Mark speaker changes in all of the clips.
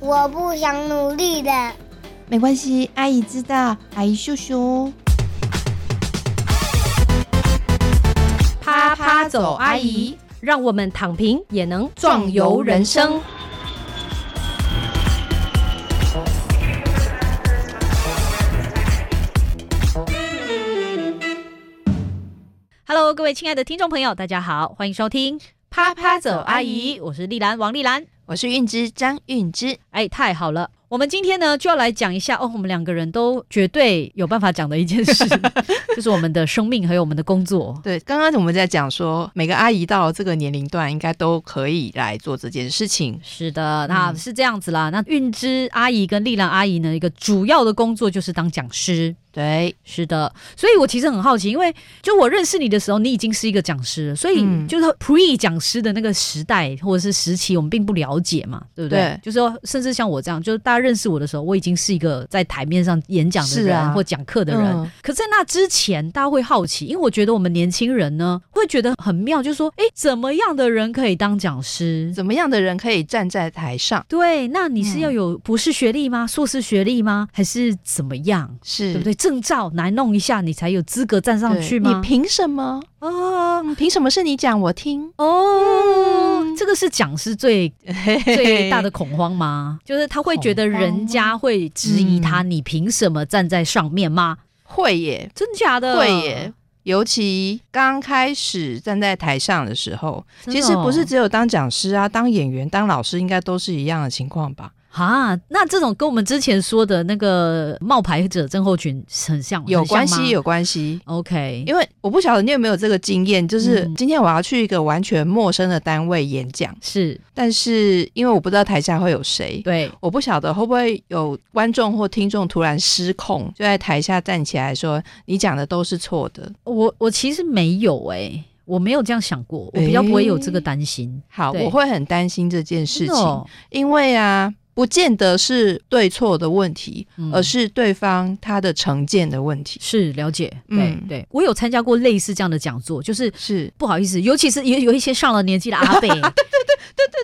Speaker 1: 我不想努力了。
Speaker 2: 没关系，阿姨知道，阿姨秀哦秀。
Speaker 3: 啪啪走，阿姨，让我们躺平也能壮游人生。Hello，各位亲爱的听众朋友，大家好，欢迎收听《啪啪走阿姨》，我是丽兰王丽兰。
Speaker 2: 我是韵之张韵之，
Speaker 3: 哎，太好了！我们今天呢就要来讲一下哦，我们两个人都绝对有办法讲的一件 事，就是我们的生命还有我们的工作。
Speaker 2: 对，刚刚我们在讲说，每个阿姨到了这个年龄段，应该都可以来做这件事情。
Speaker 3: 是
Speaker 2: 嗯
Speaker 3: 的，那是这样子啦。那韵之阿姨跟丽兰阿姨呢，一个主要的工作就是当讲师。
Speaker 2: 对，
Speaker 3: 是的，所以我其实很好奇，因为就我认识你的时候，你已经是一个讲师了，所以
Speaker 2: 嗯
Speaker 3: 就是 pre 讲师的那个时代或者是时期，我们并不了解嘛，对不对？
Speaker 2: 对
Speaker 3: 就是说，甚至像我这样，就是大家认识我的时候，我已经是一个在台面上演讲的
Speaker 2: 是
Speaker 3: 人、
Speaker 2: 啊
Speaker 3: 或讲课的人。
Speaker 2: 嗯
Speaker 3: 可在那之前，大家会好奇，因为我觉得我们年轻人呢，会觉得很妙，就说，诶，怎么样的人可以当讲师？
Speaker 2: 怎么样的人可以站在台上？
Speaker 3: 对，那你是
Speaker 2: 嗯
Speaker 3: 要有博士学历吗？硕士学历吗？还是怎么样？
Speaker 2: 是
Speaker 3: 对不对？证照来弄一下，你才有资格站上
Speaker 2: 对
Speaker 3: 去吗
Speaker 2: 你？凭什么？
Speaker 3: 哦
Speaker 2: 嗯凭什么是你讲我听？
Speaker 3: 哦，
Speaker 2: 嗯
Speaker 3: 这个是讲师 最 最大的
Speaker 2: 嘿
Speaker 3: 恐慌吗？就是他会觉得人家会质疑
Speaker 2: 嗯
Speaker 3: 他，你凭什么站在上面吗？
Speaker 2: 会耶，
Speaker 3: 真假的？
Speaker 2: 会耶。尤其刚开始站在台上的时候，
Speaker 3: 真的
Speaker 2: 其
Speaker 3: 哦，
Speaker 2: 实不是只有当讲师啊，当演员、当老师应该都是一样的情况吧？
Speaker 3: 啊，那这种跟我们之前说的那个冒牌者症候群很像，
Speaker 2: 有关
Speaker 3: 很像
Speaker 2: 系，
Speaker 3: 吗
Speaker 2: 有关系。
Speaker 3: OK，
Speaker 2: 因为我不晓得你有没有这个经验，就是
Speaker 3: 嗯
Speaker 2: 今天我要去一个完全陌生的单位演讲，
Speaker 3: 是
Speaker 2: 但是因为我不知道台下会有谁，
Speaker 3: 对
Speaker 2: 我不晓得会不会有观众或听众突然失控，就在台下站起来说你讲的都是错的。
Speaker 3: 我我其实没有哎、我没有这样想过，我比较不会有这个
Speaker 2: 诶
Speaker 3: 担心
Speaker 2: 好，
Speaker 3: 对
Speaker 2: 我会很担心这件事
Speaker 3: 真
Speaker 2: 情，
Speaker 3: 的哦
Speaker 2: 因为啊，不见得是对错的问题，
Speaker 3: 嗯
Speaker 2: 而呃是对方他的成见的问题。
Speaker 3: 是了解，对、
Speaker 2: 嗯
Speaker 3: 对，我有参加过类似这样的讲座，就是
Speaker 2: 是
Speaker 3: 不好意思，尤其是有有一些上了年纪的阿 伯，对对对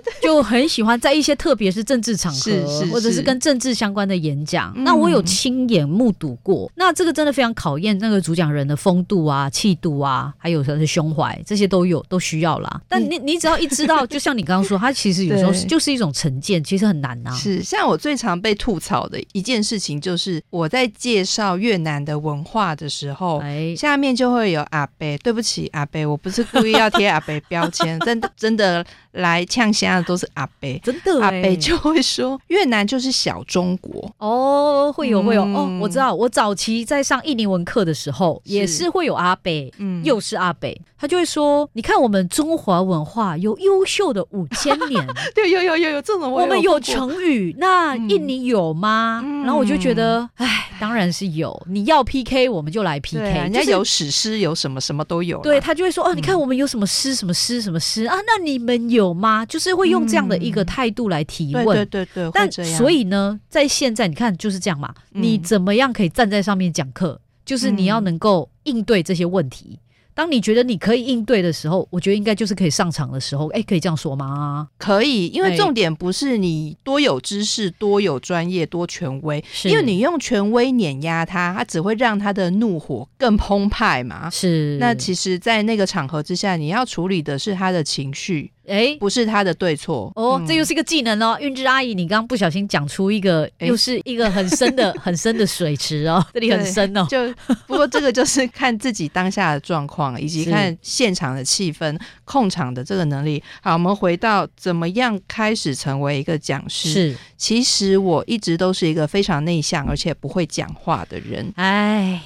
Speaker 3: 对对，就很喜欢在一些特别是政治场合，
Speaker 2: 是是
Speaker 3: 或者是
Speaker 2: 是
Speaker 3: 跟政治相关的演讲。
Speaker 2: 嗯
Speaker 3: 那我有亲眼目睹过，那这个真的非常考验那个主讲人的风度啊、气度啊，还有他的胸怀，这些都有都需要啦。但你你只要一知道，就像你刚刚说，他其实有时候
Speaker 2: 对
Speaker 3: 就是一种成见，其实很难啊。
Speaker 2: 是，像我最常被吐槽的一件事情，就是我在介绍越南的文化的时候，
Speaker 3: 哎，
Speaker 2: 下面就会有阿伯，对不起阿伯，我不是故意要贴阿伯标 签，真的真的来呛虾的都是阿伯。
Speaker 3: 真的、欸，
Speaker 2: 阿伯就会说越南就是小中国，
Speaker 3: 哦，会有会有、
Speaker 2: 嗯
Speaker 3: 哦，我知道，我早期在上印尼文课的时候，
Speaker 2: 是
Speaker 3: 也是会有阿北，
Speaker 2: 嗯
Speaker 3: 又是阿北，他就会说，你看我们中华文化有优秀的五千 年，
Speaker 2: 对，有有有有这种
Speaker 3: 我们有
Speaker 2: 碰过
Speaker 3: 成语，那
Speaker 2: 嗯
Speaker 3: 印尼有吗？
Speaker 2: 嗯
Speaker 3: 然后我就觉得，哎，当然是有，你要 PK 我们就来 PK，
Speaker 2: 对啊人家
Speaker 3: 就是
Speaker 2: 有嗯史诗，有什么什么都有啦，
Speaker 3: 对他就会说哦，你看我们有什么诗什么诗什么诗啊？那你们有吗？就是会用这样的一个
Speaker 2: 嗯
Speaker 3: 态度来提
Speaker 2: 对
Speaker 3: 问
Speaker 2: 对。对对，会
Speaker 3: 但
Speaker 2: 这样
Speaker 3: 所以呢，在现在你看就是这样嘛，
Speaker 2: 嗯
Speaker 3: 你怎么样可以站在上面讲课？就是你要
Speaker 2: 嗯
Speaker 3: 能够应对这些问题。当你觉得你可以应对的时候，我觉得应该就是可以上场的时候。哎，可以这样说吗？
Speaker 2: 可以，因
Speaker 3: 哎
Speaker 2: 为重点不是你多有知识、多有专业、多权威，
Speaker 3: 是
Speaker 2: 因为你用权威碾压他，他只会让他的怒火更澎湃嘛。
Speaker 3: 是
Speaker 2: 那其实，在那个场合之下，你要处理的是他的情绪，
Speaker 3: 哎。
Speaker 2: 不是他的对错。
Speaker 3: 哦，
Speaker 2: 嗯
Speaker 3: 这又是一个技能哦，韵之阿姨，你刚刚不小心讲出一 个，
Speaker 2: 哎
Speaker 3: 又是一个很深的、很深的水池哦，这里很
Speaker 2: 对
Speaker 3: 深哦。
Speaker 2: 就不过这个就是看自己当下的状况，以及
Speaker 3: 是
Speaker 2: 看现场的气氛、控场的这个能力。好，我们回到怎么样开始成为一个讲师。
Speaker 3: 是，
Speaker 2: 其实我一直都是一个非常内向而且不会讲话的人。
Speaker 3: 哎，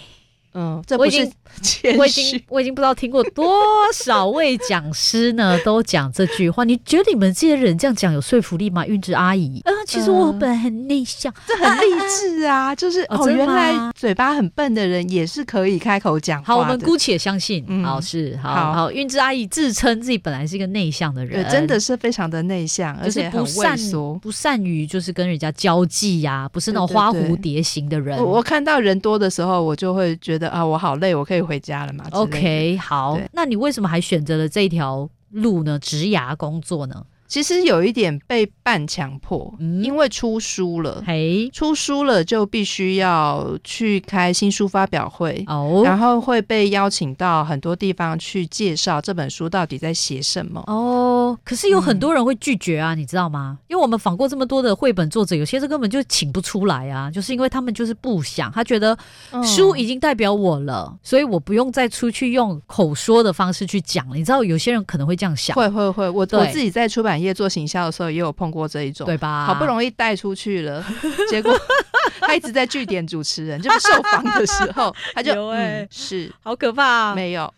Speaker 2: 嗯，这
Speaker 3: 我
Speaker 2: 不
Speaker 3: 已
Speaker 2: 是
Speaker 3: 经我
Speaker 2: 谦
Speaker 3: 已经
Speaker 2: 虚。
Speaker 3: 我已经不知道听过多少位讲师呢都讲这句话。你觉得你们这些人这样讲有说服力吗？韵之阿姨，啊，其实我
Speaker 2: 嗯
Speaker 3: 本来很内向，
Speaker 2: 这很励志啊！就是
Speaker 3: 啊哦
Speaker 2: 哦
Speaker 3: 真的
Speaker 2: 原
Speaker 3: 吗
Speaker 2: 来嘴巴很笨的人也是可以开口讲话
Speaker 3: 好，
Speaker 2: 的。
Speaker 3: 我们姑且相信，
Speaker 2: 嗯
Speaker 3: 好是好
Speaker 2: 好
Speaker 3: 好。韵之阿姨自称自己本来是一个内向的
Speaker 2: 对
Speaker 3: 人，
Speaker 2: 真的是非常的内向，而
Speaker 3: 就是
Speaker 2: 且很
Speaker 3: 不善
Speaker 2: 畏缩。
Speaker 3: 不善于就是跟人家交际呀、不是那种
Speaker 2: 对对
Speaker 3: 花
Speaker 2: 对
Speaker 3: 蝴蝶型的人。
Speaker 2: 我我看到人多的时候，我就会觉得啊，我好累，我可以回家了嘛。之类的
Speaker 3: OK，好
Speaker 2: 对，
Speaker 3: 那你为什么还选择了这一条路呢？职涯工作呢？
Speaker 2: 其实有一点被半强迫，
Speaker 3: 嗯
Speaker 2: 因为出书了，
Speaker 3: 嘿，
Speaker 2: 出书了就必须要去开新书发表会。
Speaker 3: 哦
Speaker 2: 然后会被邀请到很多地方去介绍这本书到底在写什么。
Speaker 3: 哦，可是有很
Speaker 2: 嗯
Speaker 3: 多人会拒绝啊，你知道吗？因为我们访过这么多的绘本作者，有些是根本就请不出来啊，就是因为他们就是不想，他觉得
Speaker 2: 嗯
Speaker 3: 书已经代表我了，所以我不用再出去用口说的方式去讲了。你知道有些人可能会这样想，
Speaker 2: 会会会，我
Speaker 3: 对
Speaker 2: 我自己在出版业做行销的时候也有碰过这一种，
Speaker 3: 对吧？
Speaker 2: 好不
Speaker 3: 易
Speaker 2: 容易带出去了，结果他一直在据点主持人，就是受访的时候，他就
Speaker 3: 有欸
Speaker 2: 嗯是。
Speaker 3: 好可怕、啊，
Speaker 2: 没有，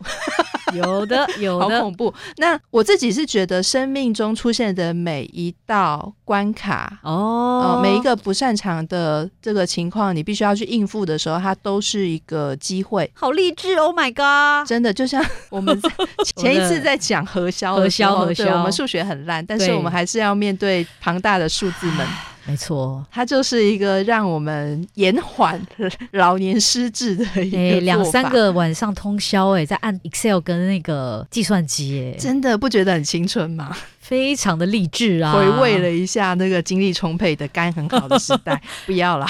Speaker 3: 有的有
Speaker 2: 好
Speaker 3: 的
Speaker 2: 恐怖。那我自己是觉得，生命中出现的每一道关卡，
Speaker 3: 哦
Speaker 2: 呃，每一个不擅长的这个情况，你必须要去应付的时候，它都是一个机会。
Speaker 3: 好励志，Oh my god！
Speaker 2: 真的，就 像我们在 前一次在讲核销的时
Speaker 3: 核
Speaker 2: 候，
Speaker 3: 销核
Speaker 2: 对
Speaker 3: 销
Speaker 2: 我们数学很烂，但是
Speaker 3: 对
Speaker 2: 我们还是要面对庞大的数字们。
Speaker 3: 没错。
Speaker 2: 它就是一个让我们延缓 老年失智的一
Speaker 3: 哎、
Speaker 2: 个
Speaker 3: 两
Speaker 2: 做法
Speaker 3: 三，个晚上通宵、哎，在按 Excel 跟那个计算机、哎，
Speaker 2: 真的不觉得很青春吗？
Speaker 3: 非常的励志啊！
Speaker 2: 回味了一下那个精力充沛的肝很好的时 代，不要啦。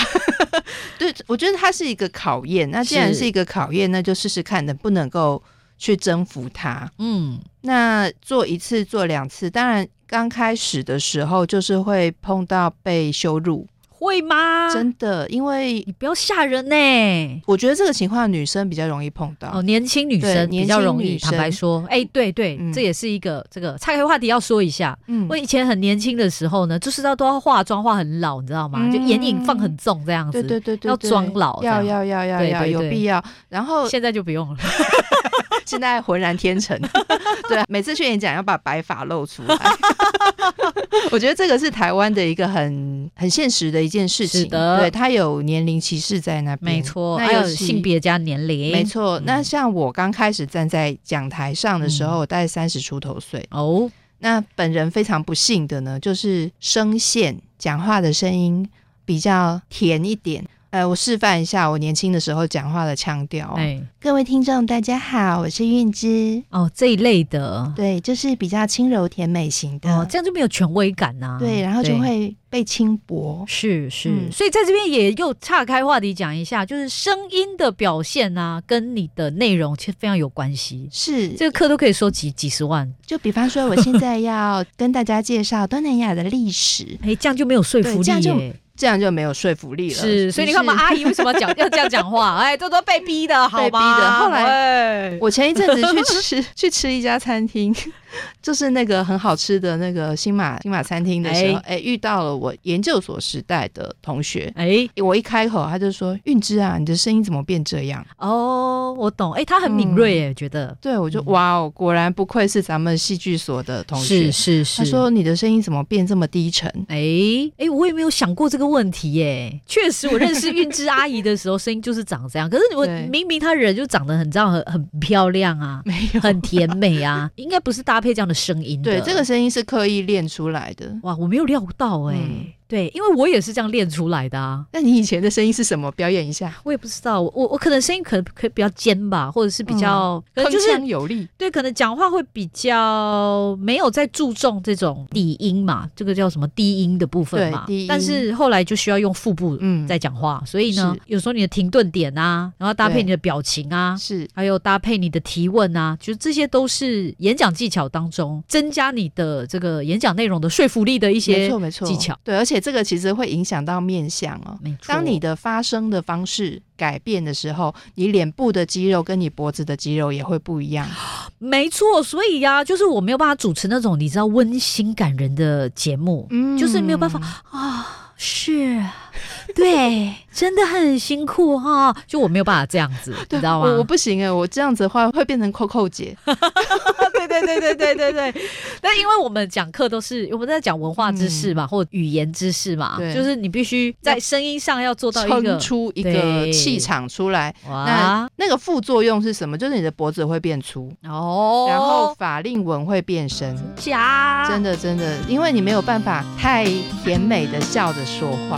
Speaker 2: 对，我觉得它是一个考验。那既然
Speaker 3: 是
Speaker 2: 是一个考验，那就试试看能不能够去征服它。
Speaker 3: 嗯，
Speaker 2: 那做一次，做两次，当然刚开始的时候就是会碰到被羞辱，
Speaker 3: 会吗？
Speaker 2: 真的，因为
Speaker 3: 你不要吓人呢、
Speaker 2: 我觉得这个情况女生比较容易碰到。
Speaker 3: 哦，年轻女
Speaker 2: 啊对
Speaker 3: 生比较
Speaker 2: 年轻
Speaker 3: 容易，
Speaker 2: 女生
Speaker 3: 坦白说，哎、对对，
Speaker 2: 嗯
Speaker 3: 这也是一个这个岔开话题要说一下。
Speaker 2: 嗯
Speaker 3: 我以前很年轻的时候呢，就是要都要化妆，化很老，你知道吗？
Speaker 2: 嗯
Speaker 3: 就眼影放很重这样子。
Speaker 2: 对对对对，
Speaker 3: 要
Speaker 2: 对
Speaker 3: 装老这
Speaker 2: 要
Speaker 3: 样
Speaker 2: 要要要
Speaker 3: 对
Speaker 2: 要
Speaker 3: 对
Speaker 2: 有
Speaker 3: 对
Speaker 2: 必要。然后
Speaker 3: 现在就不用了。
Speaker 2: 嗯现在浑然天 成，对，啊每次去演讲要把白发露出来。我觉得这个是台湾的一个很很现实的一件事情，
Speaker 3: 是的
Speaker 2: 对，它有年龄歧视在那边，
Speaker 3: 没错，
Speaker 2: 那
Speaker 3: 还有
Speaker 2: 尤其
Speaker 3: 性。别加年龄，
Speaker 2: 没错，那
Speaker 3: 嗯
Speaker 2: 像我刚开始站在讲台上的时候，我大概三十出头岁。
Speaker 3: 哦，
Speaker 2: 那本人非常不幸的呢，就是声线讲话的声音比较甜一点。呃，我示范一下我年轻的时候讲话的腔调哦、
Speaker 3: 哎
Speaker 2: 各位听众，大家好，我是韵之，
Speaker 3: 哦这一类的，
Speaker 2: 对，就是比较轻柔甜美型的，
Speaker 3: 哦这样就没有权威感呐、
Speaker 2: 对，然后就
Speaker 3: 对
Speaker 2: 会被轻薄。
Speaker 3: 是是，
Speaker 2: 嗯
Speaker 3: 哦所以在这边也又岔开话题讲一下，就是声音的表现啊，跟你的内容其实非常有关系。
Speaker 2: 是，
Speaker 3: 这个课都可以收集几十万，
Speaker 2: 就比方说，我现在要跟大家介绍东南亚的历史，
Speaker 3: 哎，这样就没有说服
Speaker 2: 对
Speaker 3: 力
Speaker 2: 这样就
Speaker 3: 耶。
Speaker 2: 这样就没有说服力了。
Speaker 3: 是，所以你看我们
Speaker 2: 嘛，
Speaker 3: 阿姨为什么要讲要这样讲话？ 哎，这都被逼的，好吗？
Speaker 2: 被逼的后
Speaker 3: 来，
Speaker 2: 我前一阵子去吃去吃一家餐厅，就是那个很好吃的那个新马新马餐厅的时候，哎、遇到了我研究所时代的同学。
Speaker 3: 哎，
Speaker 2: 我一开口，他就说：“韵之啊，你的声音怎么变这样
Speaker 3: 哦，我懂，哎，他很敏锐耶，觉得？”
Speaker 2: 对，我就、哇哦，果然不愧是咱们戏剧所的同学。
Speaker 3: 是是是。
Speaker 2: 他说：“你的声音怎么变这么低沉
Speaker 3: 哎哎，我也没有想过这个问题耶。确实，我认识韵之阿姨的时候，声音就是长这样。可是我
Speaker 2: 对
Speaker 3: 明明她人就长得很这样，很很漂亮 啊？”，
Speaker 2: 没有，
Speaker 3: 很甜美啊，应该不是搭配这样的声音的。
Speaker 2: 对，这个声音是刻意练出来的。
Speaker 3: 哇，我没有料到哎、
Speaker 2: 嗯
Speaker 3: 对，因为我也是这样练出来的啊。
Speaker 2: 那你以前的声音是什么？表演一下，
Speaker 3: 我也不知道，我我我可能声音可可比较尖吧，或者是比较，可能
Speaker 2: 铿
Speaker 3: 呃就是
Speaker 2: 锵有力。
Speaker 3: 对，可能讲话会比较没有在注重这种底音嘛，这个叫什么低音的部分嘛
Speaker 2: 对低音。
Speaker 3: 但是后来就需要用腹部
Speaker 2: 嗯
Speaker 3: 在讲话，所以呢
Speaker 2: 是，
Speaker 3: 有时候你的停顿点啊，然后搭配
Speaker 2: 对
Speaker 3: 你的表情啊，
Speaker 2: 是
Speaker 3: 还有搭配你的提问啊，就这些都是演讲技巧当中增加你的这个演讲内容的说服力的一
Speaker 2: 没
Speaker 3: 些
Speaker 2: 错没错，
Speaker 3: 技巧。
Speaker 2: 对，而且这个其实会影响到面相哦。
Speaker 3: 没错，
Speaker 2: 当你的发声的方式改变的时候，你脸部的肌肉跟你脖子的肌肉也会不一样。
Speaker 3: 没错，所以呀、就是我没有办法主持那种你知道温馨感人的节目，
Speaker 2: 嗯
Speaker 3: 就是没有办法啊、是啊，对，真的很辛苦哈、就我没有办法这样子，你
Speaker 2: 对
Speaker 3: 知道吗？
Speaker 2: 我我不行哎，我这样子的话会变成 Coco 姐。
Speaker 3: 对对对 对对对对。但因为我们讲课都是我们在讲文化知识嘛，或语言知识嘛，
Speaker 2: 嗯对
Speaker 3: 就是你必须在声音上要做到一
Speaker 2: 撑
Speaker 3: 个
Speaker 2: 出一个
Speaker 3: 对
Speaker 2: 气场出来，
Speaker 3: 哇
Speaker 2: 那个副作用是什么？就是你的脖子会变粗，
Speaker 3: 哦，
Speaker 2: 然后法令纹会变深。
Speaker 3: 假
Speaker 2: 真
Speaker 3: 的
Speaker 2: 的真的，因为你没有办法太甜美的笑着说话。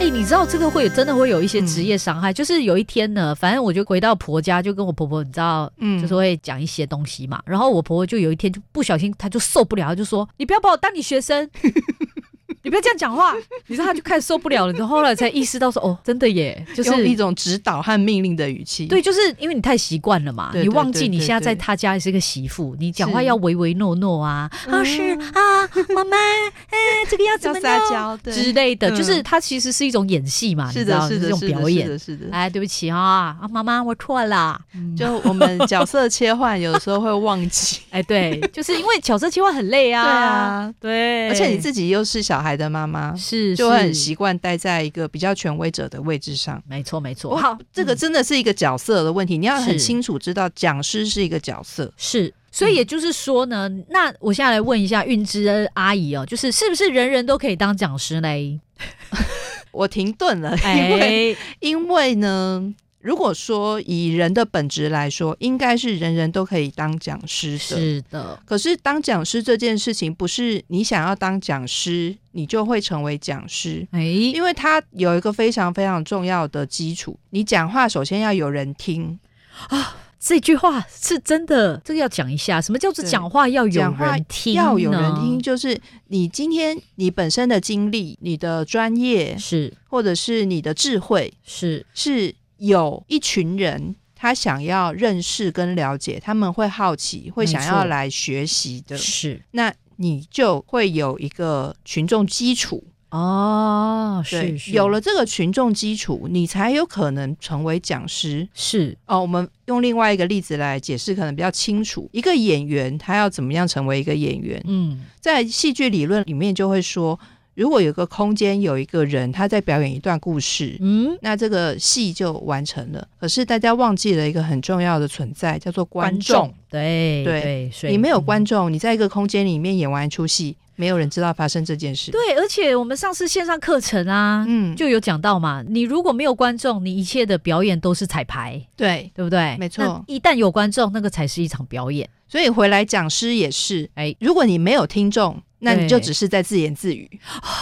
Speaker 3: 哎你知道这个会有真的会有一些职业伤
Speaker 2: 嗯
Speaker 3: 害，就是有一天呢，反正我就回到婆家，就跟我婆婆，你知道，
Speaker 2: 嗯
Speaker 3: 就是会讲一些东西嘛。然后我婆婆就有一天就不小心，她就受不了，她就说：“你不要把我当你学 生。”你不要这样讲话，你知道她就开始受不了了，然后后来才意识到说，哦，真的耶，就
Speaker 2: 用
Speaker 3: 是
Speaker 2: 一种指导和命令的语气。
Speaker 3: 对，就是因为你太习惯了嘛，
Speaker 2: 对
Speaker 3: 你
Speaker 2: 对
Speaker 3: 忘
Speaker 2: 对
Speaker 3: 记你
Speaker 2: 对
Speaker 3: 现在在
Speaker 2: 对
Speaker 3: 他家是个媳妇，你讲
Speaker 2: 是嗯
Speaker 3: 话要唯唯诺诺啊，啊是啊，妈妈，哎，这个要怎
Speaker 2: 要
Speaker 3: 么
Speaker 2: 撒
Speaker 3: 弄
Speaker 2: 娇对
Speaker 3: 之类的，就是
Speaker 2: 嗯
Speaker 3: 它其实是一种演戏嘛，你
Speaker 2: 是
Speaker 3: 知
Speaker 2: 的，
Speaker 3: 道，
Speaker 2: 是的，
Speaker 3: 这种
Speaker 2: 是的，
Speaker 3: 表
Speaker 2: 是
Speaker 3: 演。
Speaker 2: 的，是的。
Speaker 3: 哎，对不起啊，啊，妈妈，我错了。 嗯
Speaker 2: 就我们角色切换，有时候会忘 记。
Speaker 3: 哎， 对，就是因为角色切换很累啊，
Speaker 2: 对啊，
Speaker 3: 对，
Speaker 2: 而且你自己又是小孩的妈妈，
Speaker 3: 是
Speaker 2: 就会很
Speaker 3: 是
Speaker 2: 习惯待在一个比较权威者的位置上。
Speaker 3: 没错没错，嗯
Speaker 2: 我好，这个真的是一个角色的问题，你要很
Speaker 3: 是
Speaker 2: 清楚知道讲师是一个角色。
Speaker 3: 是，
Speaker 2: 嗯
Speaker 3: 所以也就是说呢，那我现在来问一下韵之阿姨哦，就是是不是人人都可以当讲师嘞？
Speaker 2: 我停顿了， 因为、
Speaker 3: 哎，
Speaker 2: 因为呢，如果说以人的本质来说，应该是人人都可以当讲师的。
Speaker 3: 是的，
Speaker 2: 可是当讲师这件事情，不是你想要当讲师，你就会成为讲师。
Speaker 3: 哎，
Speaker 2: 因为它有一个非常非常重要的基础，你讲话首先要有人听，
Speaker 3: 这句话是真的，这个要讲一下，什么叫做
Speaker 2: 对
Speaker 3: 讲话要有
Speaker 2: 讲话
Speaker 3: 人听，
Speaker 2: 要有人听，，就是你今天你本身的经历、你的专业
Speaker 3: 是
Speaker 2: 或者是你的智慧，
Speaker 3: 是
Speaker 2: 是有一群人他想要认识跟了解，他们会好奇，会想
Speaker 3: 没
Speaker 2: 要
Speaker 3: 错
Speaker 2: 来学习的，
Speaker 3: 是
Speaker 2: 那你就会有一个群众基础。
Speaker 3: 哦，
Speaker 2: 对，
Speaker 3: 是是
Speaker 2: 有了这个群众基础，你才有可能成为讲师。
Speaker 3: 是
Speaker 2: 哦，我们用另外一个例子来解释，可能比较清楚。一个演员他要怎么样成为一个演员，
Speaker 3: 嗯
Speaker 2: 在戏剧理论里面就会说，如果有个空间有一个人他在表演一段故事。
Speaker 3: 嗯
Speaker 2: 那这个戏就完成了，可是大家忘记了一个很重要的存在，叫做观众。
Speaker 3: 对
Speaker 2: 对
Speaker 3: 对，所以
Speaker 2: 你没有观
Speaker 3: 嗯
Speaker 2: 众，你在一个空间里面演完一出戏，没有人知道发生这件事。，
Speaker 3: 对，而且我们上次线上课程啊。
Speaker 2: 嗯，就
Speaker 3: 就有讲到嘛，你如果没有观众，你一切的表演都是彩排，
Speaker 2: 对。
Speaker 3: 对不对？
Speaker 2: 没错
Speaker 3: 那一旦有观众，那个才是一场表演。
Speaker 2: 所以回来讲师也是，
Speaker 3: 哎
Speaker 2: 如果你没有听众，那你就
Speaker 3: 对
Speaker 2: 只是在自言自语。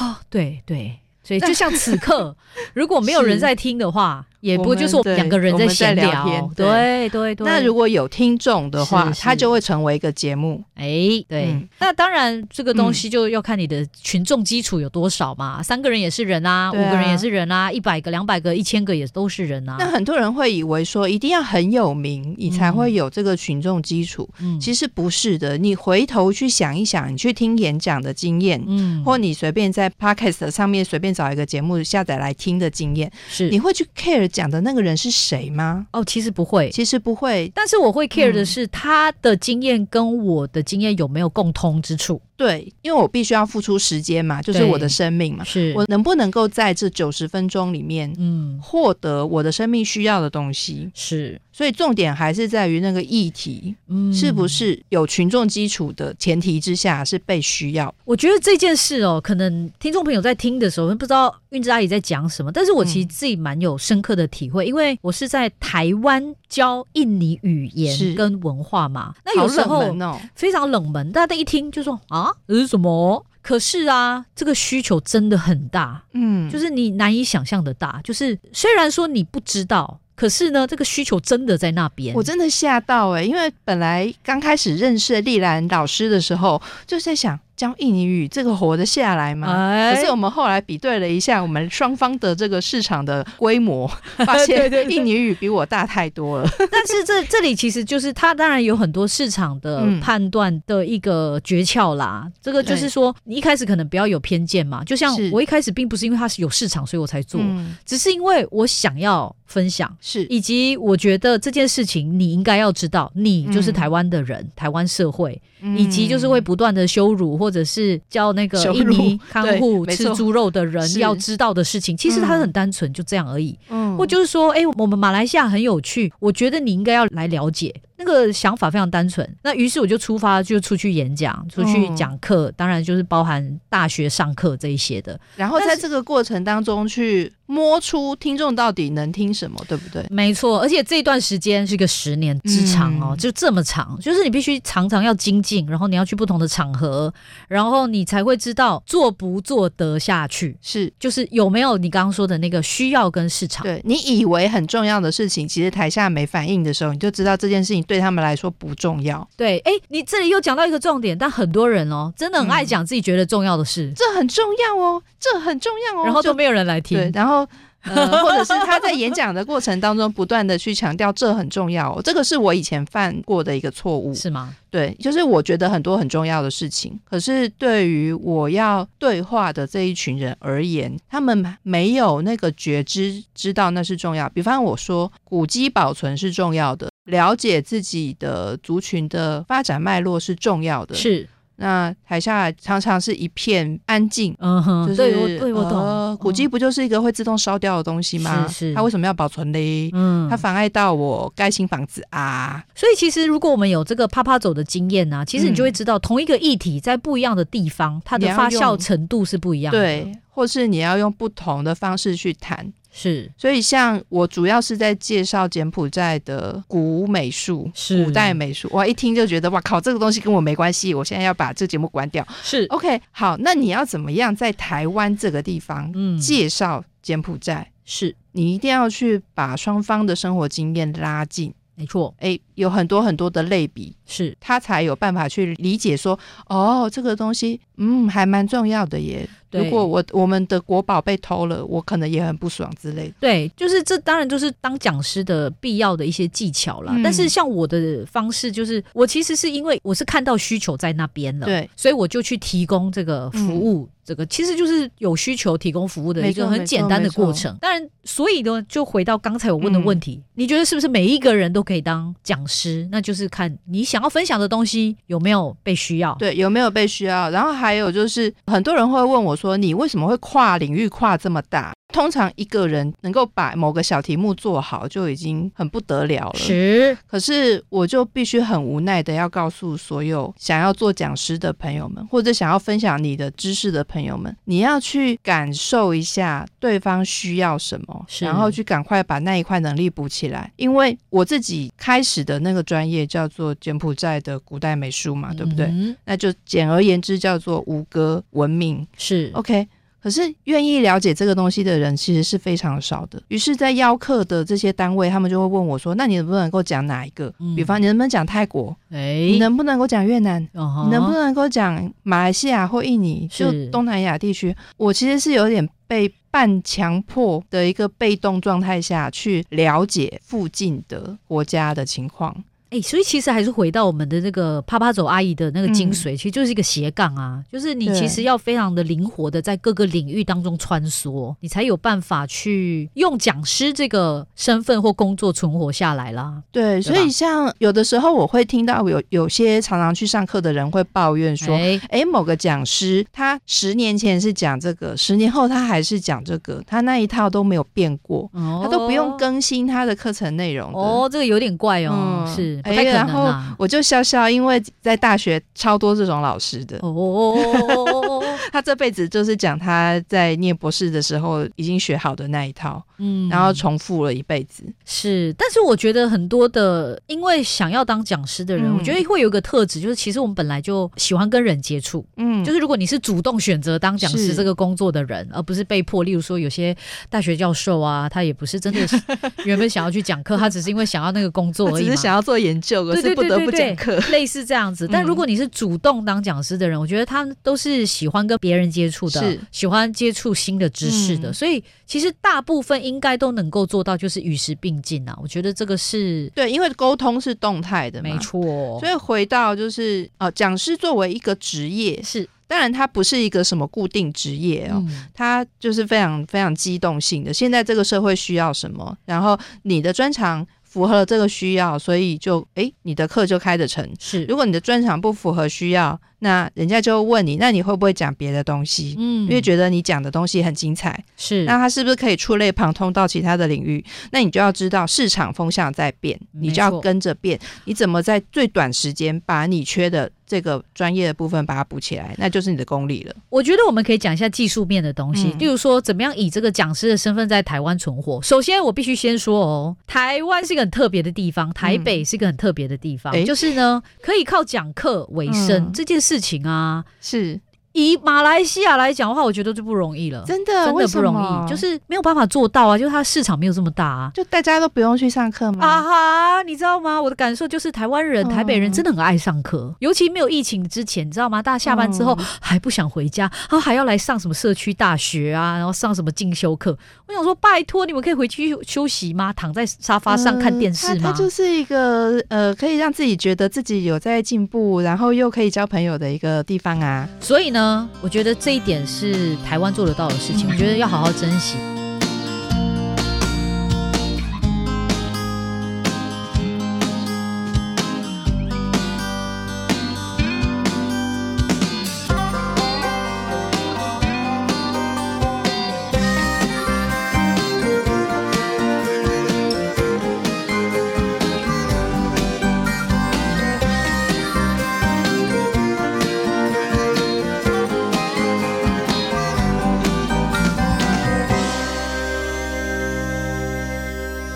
Speaker 3: 哦，对对，所以
Speaker 2: 那
Speaker 3: 就像此刻， 如果没有人在听的话，也不
Speaker 2: 我
Speaker 3: 过
Speaker 2: 们
Speaker 3: 就是我们
Speaker 2: 对
Speaker 3: 两个人
Speaker 2: 我们在
Speaker 3: 闲
Speaker 2: 聊天
Speaker 3: 对对对。
Speaker 2: 那如果有听众的话，
Speaker 3: 是
Speaker 2: 它
Speaker 3: 是
Speaker 2: 就会成为一个节目。
Speaker 3: 哎，对，
Speaker 2: 嗯
Speaker 3: 那当然这个东
Speaker 2: 嗯
Speaker 3: 西就要看你的群众基础有多少嘛，三个人也是人啊，
Speaker 2: 对啊
Speaker 3: 五个人也是人啊，一百个、两百个、一千个也都是人啊。
Speaker 2: 那很多人会以为说，一定要很有名，你才会有这个群众基础。
Speaker 3: 嗯
Speaker 2: 其实不是的，你回头去想一想，你去听演讲的经验。
Speaker 3: 嗯
Speaker 2: 或你随便在 podcast 上面随便找一个节目下载来听的经验，
Speaker 3: 是
Speaker 2: 你会去 care 讲的那个人是谁吗？
Speaker 3: 哦，其实不会。
Speaker 2: 其实不会，
Speaker 3: 但是我会 care 的
Speaker 2: 嗯
Speaker 3: 是他的经验跟我的经验有没有共通之处，
Speaker 2: 对，因为我必须要付出时间嘛，就是
Speaker 3: 对
Speaker 2: 我的生命嘛，
Speaker 3: 是
Speaker 2: 我能不能够在这九十分钟里面
Speaker 3: 嗯
Speaker 2: 获得我的生命需要的东西？
Speaker 3: 是
Speaker 2: 所以重点还是在于那个议题、
Speaker 3: 嗯
Speaker 2: 是不是有群众基础的前提之下是被需要。
Speaker 3: 我觉得这件事哦，可能听众朋友在听的时候不知道韵之阿姨在讲什么，但是我
Speaker 2: 嗯
Speaker 3: 其实自己蛮有深刻的体会，因为我是在台湾教印尼语
Speaker 2: 是
Speaker 3: 言跟文化嘛，那
Speaker 2: 好
Speaker 3: 有时
Speaker 2: 冷
Speaker 3: 候
Speaker 2: 门哦，
Speaker 3: 非常冷门，大家一听就说啊，这是什么？可是啊，这个需求真的很大，
Speaker 2: 嗯，
Speaker 3: 就是你难以想象的大，就是虽然说你不知道，可是呢，这个需求真的在那边。
Speaker 2: 我真的吓到哎、因为本来刚开始认识丽兰老师的时候，就在想教印尼语这个活得下来吗？
Speaker 3: 哎
Speaker 2: 可是我们后来比对了一下，我们双方的这个市场的规 模，发
Speaker 3: 对
Speaker 2: 现
Speaker 3: 对对
Speaker 2: 印尼语比我大太多了。
Speaker 3: 但是这这里其实就是它当然有很多市场的
Speaker 2: 嗯
Speaker 3: 判断的一个诀窍啦。这个就是
Speaker 2: 对
Speaker 3: 说，你一开始可能不要有偏见嘛。就像
Speaker 2: 是
Speaker 3: 我一开始并不是因为它是有市场，所以我才做，
Speaker 2: 嗯，
Speaker 3: 只是因为我想要分享。
Speaker 2: 是
Speaker 3: 以及我觉得这件事情你应该要知道，你就是
Speaker 2: 嗯
Speaker 3: 台湾的人，台湾社会，以及就是会不断的羞辱或者是叫那个
Speaker 2: 羞
Speaker 3: 印
Speaker 2: 辱
Speaker 3: 尼看护
Speaker 2: 对没
Speaker 3: 吃
Speaker 2: 错
Speaker 3: 猪肉的人
Speaker 2: 是
Speaker 3: 要知道的事情，其实它很单纯，就这样而已。
Speaker 2: 嗯，
Speaker 3: 或就是说，哎、我们马来西亚很有趣，我觉得你应该要来了解，那个想法非常单纯。那于是我就出发，就出去演讲，出去
Speaker 2: 嗯
Speaker 3: 讲课，当然就是包含大学上课这一些的。
Speaker 2: 然后
Speaker 3: 但
Speaker 2: 在
Speaker 3: 是
Speaker 2: 这个过程当中去摸出听众到底能听什么，对不对？
Speaker 3: 没错，而且这段时间是个十年之长哦，
Speaker 2: 嗯
Speaker 3: 就这么长，就是你必须常常要精进，然后你要去不同的场合，然后你才会知道做不做得下去，
Speaker 2: 是
Speaker 3: 就是有没有你刚刚说的那个需要跟市场。
Speaker 2: 对你以为很重要的事情，其实台下没反应的时候，你就知道这件事情对他们来说不重要。
Speaker 3: 对，哎，你这里又讲到一个重点，但很多人哦，真的很爱
Speaker 2: 嗯
Speaker 3: 讲自己觉得重要的事，
Speaker 2: 这很重要哦，这很重要哦。
Speaker 3: 然后
Speaker 2: 就
Speaker 3: 都没有人来
Speaker 2: 对，
Speaker 3: 听。
Speaker 2: 然后呃，或者是他在演讲的过程当中不断的去强调这很重要、哦，这个是我以前犯过的一个 错误。
Speaker 3: 是吗？
Speaker 2: 对，就是我觉得很多很重要的事情，可是对于我要对话的这一群人而言，他们没有那个觉知，知道那是重要。比方我说，古迹保存是重要的，了解自己的族群的发展脉络是重要的。，
Speaker 3: 是，
Speaker 2: 那台下常常是一片安静。
Speaker 3: 嗯哼，
Speaker 2: 就是
Speaker 3: 对我对我懂。嗯
Speaker 2: 呃古迹不就是一个会自动烧掉的东西吗？
Speaker 3: 是是
Speaker 2: 它为什么要保存嘞？
Speaker 3: 嗯，
Speaker 2: 它妨碍到我盖新房子啊！
Speaker 3: 所以其实如果我们有这个啪啪走的经验呢、其实你
Speaker 2: 嗯
Speaker 3: 就会知道同一个议题在不一样的地方，它的发酵程度是不一样的。，
Speaker 2: 对，或是你要用不同的方式去谈。
Speaker 3: 是
Speaker 2: 所以，像我主要是在介绍柬埔寨的古美术、
Speaker 3: 是
Speaker 2: 古代美术。哇，一听就觉得哇靠，这个东西跟我没关系，我现在要把这个节目关 掉。
Speaker 3: 是，
Speaker 2: OK，好，那你要怎么样在台湾这个地方
Speaker 3: 嗯，
Speaker 2: 介绍柬埔寨？
Speaker 3: 是
Speaker 2: 你一定要去把双方的生活经验拉近。
Speaker 3: 没错，
Speaker 2: 诶，有很多很多的类比，
Speaker 3: 是
Speaker 2: 他才有办法去理解说，哦，这个东西，嗯，还蛮重要的耶。
Speaker 3: 对
Speaker 2: 如果我我们的国宝被偷了，我可能也很不爽之类的。
Speaker 3: 对，就是这当然就是当讲师的必要的一些技巧啦。
Speaker 2: 嗯
Speaker 3: 但是像我的方式就是，我其实是因为我是看到需求在那边了，
Speaker 2: 对，
Speaker 3: 所以我就去提供这个服务，这个其实就是有需求提供服务的一
Speaker 2: 嗯没
Speaker 3: 个
Speaker 2: 错
Speaker 3: 很简单的
Speaker 2: 没错嗯
Speaker 3: 过程。当然，所以呢，就回到刚才我问的问题，你觉得是不是每一个人都可以当讲师？那就是看你想要分享的东西有没有被需要。
Speaker 2: 对，有没有被需要？然后还有就是，很多人会问我说，你为什么会跨领域跨这么大？通常一个人能够把某个小题目做好，就已经很不得了了。
Speaker 3: 是，
Speaker 2: 可是我就必须很无奈的要告诉所有想要做讲师的朋友们，或者想要分享你的知识的朋友们，你要去感受一下对方需要什么，
Speaker 3: 是
Speaker 2: 然后去赶快把那一块能力补起来。因为我自己开始的那个专业叫做柬埔寨的古代美术嘛，对不对？
Speaker 3: 嗯
Speaker 2: 那就简而言之叫做吴哥文明。
Speaker 3: 是
Speaker 2: OK，可是愿意了解这个东西的人其实是非常少的。于是，在邀客的这些单位，他们就会问我说：“那你能不能够讲哪一个？
Speaker 3: 嗯
Speaker 2: 比方，你能不能讲泰国？你
Speaker 3: 哎，
Speaker 2: 能不能够讲越南？”
Speaker 3: 嗯哼
Speaker 2: 你能不能够讲马来西亚或印尼，就是东南亚地区？我其实是有点被半强迫的一个被动状态下去了解附近的国家的情况。
Speaker 3: 哎、所以其实还是回到我们的那个啪啪走阿姨的那个精髓，其实就是一个斜杠啊，就是你
Speaker 2: 嗯对
Speaker 3: 其实要非常的灵活的在各个领域当中穿梭，你才有办法去用讲师这个身份或工作存活下来啦。
Speaker 2: 对，所
Speaker 3: 吧
Speaker 2: 以像有的时候我会听到有有些常常去上课的人会抱怨说：“
Speaker 3: 哎、
Speaker 2: 诶，某个讲师，他十年前是讲这个，十年后他还是讲这个，他那一套都没有变过，
Speaker 3: 哦
Speaker 2: 他都不用更新他的课程内容的。
Speaker 3: 哦，这个有点怪哦，
Speaker 2: 嗯
Speaker 3: 是不
Speaker 2: 哎
Speaker 3: 太可
Speaker 2: 然
Speaker 3: 能
Speaker 2: 后
Speaker 3: 啦。
Speaker 2: 我就笑笑，因为在大学超多这种老师的，
Speaker 3: 哦哦哦哦哦哦哦，
Speaker 2: 他这辈子就是讲他在念博士的时候已经学好的那一套，
Speaker 3: 嗯
Speaker 2: 然后重复了一辈子。
Speaker 3: 是，但是我觉得很多的，因为想要当讲师的人，
Speaker 2: 嗯
Speaker 3: 我觉得会有一个特质，就是其实我们本来就喜欢跟人接触。
Speaker 2: 嗯，
Speaker 3: 就是如果你是主动选择当讲师
Speaker 2: 是
Speaker 3: 这个工作的人，而不是被迫，例如说有些大学教授啊，他也不是真 的是原本想要去讲课，他只是因为想要那个工作
Speaker 2: 我
Speaker 3: 而已
Speaker 2: 只
Speaker 3: 嘛
Speaker 2: 是。想要做研究，可
Speaker 3: 对对
Speaker 2: 是不
Speaker 3: 对
Speaker 2: 得
Speaker 3: 对
Speaker 2: 不
Speaker 3: 对
Speaker 2: 讲课。
Speaker 3: 类似这样子，但
Speaker 2: 嗯
Speaker 3: 如果你是主动当讲师的人，我觉得他们都是喜欢跟别人接触的
Speaker 2: 是，
Speaker 3: 喜欢接触新的知识的，
Speaker 2: 嗯
Speaker 3: 所以其实大部分应该都能够做到，就是与时并进啊。我觉得这个是
Speaker 2: 对，因为沟通是动态的嘛，
Speaker 3: 没。错，
Speaker 2: 所以回到就是呃，讲师作为一个职业，
Speaker 3: 是
Speaker 2: 当然，它不是一个什么固定职业哦，
Speaker 3: 嗯
Speaker 2: 它就是非常非常机动性的。现在这个社会需要什么，然后你的专长符合了这个需要，所以就诶，你的课就开得成。
Speaker 3: 是
Speaker 2: 如果你的专长不符合需要，那人家就会问你，那你会不会讲别的东西？
Speaker 3: 嗯
Speaker 2: 因为觉得你讲的东西很精彩，
Speaker 3: 是
Speaker 2: 那它是不是可以触类旁通到其他的领域？那你就要知道市场风向在变，
Speaker 3: 没
Speaker 2: 你就要
Speaker 3: 错
Speaker 2: 跟着变。你怎么在最短时间把你缺的这个专业的部分把它补起来？那就是你的功力了。
Speaker 3: 我觉得我们可以讲一下技术面的东西，
Speaker 2: 嗯
Speaker 3: 例如说怎么样以这个讲师的身份在台湾存活。首先，我必须先说哦，台湾是一个很特别的地方，台北是一个很特别的地方，
Speaker 2: 嗯诶
Speaker 3: 就是呢可以靠讲课为生、
Speaker 2: 嗯
Speaker 3: 这件事情啊。
Speaker 2: 是
Speaker 3: 以马来西亚来讲的话，我觉得就不容易了，
Speaker 2: 嗯真的，
Speaker 3: 真
Speaker 2: 为
Speaker 3: 的
Speaker 2: 什
Speaker 3: 不容
Speaker 2: 么
Speaker 3: 易，就是没有办法做到啊，就是它市场没有这么大啊。
Speaker 2: 就大家都不用去上课吗？
Speaker 3: 啊哈！你知道吗？我的感受就是，台湾人、
Speaker 2: 嗯
Speaker 3: 台北人真的很爱上课，尤其没有疫情之前，你知道吗？大家下班之后、
Speaker 2: 嗯
Speaker 3: 还不想回家，然后还要来上什么社区大学啊，然后上什么进修课。我想说，拜托你们可以回去休息吗？躺在沙发上看电视
Speaker 2: 呃它
Speaker 3: 吗？
Speaker 2: 它就是一个呃，可以让自己觉得自己有在进步，然后又可以交朋友的一个地方啊。
Speaker 3: 所以呢，我觉得这一点是台湾做得到的事情，
Speaker 2: 嗯
Speaker 3: 我觉得要好好珍惜。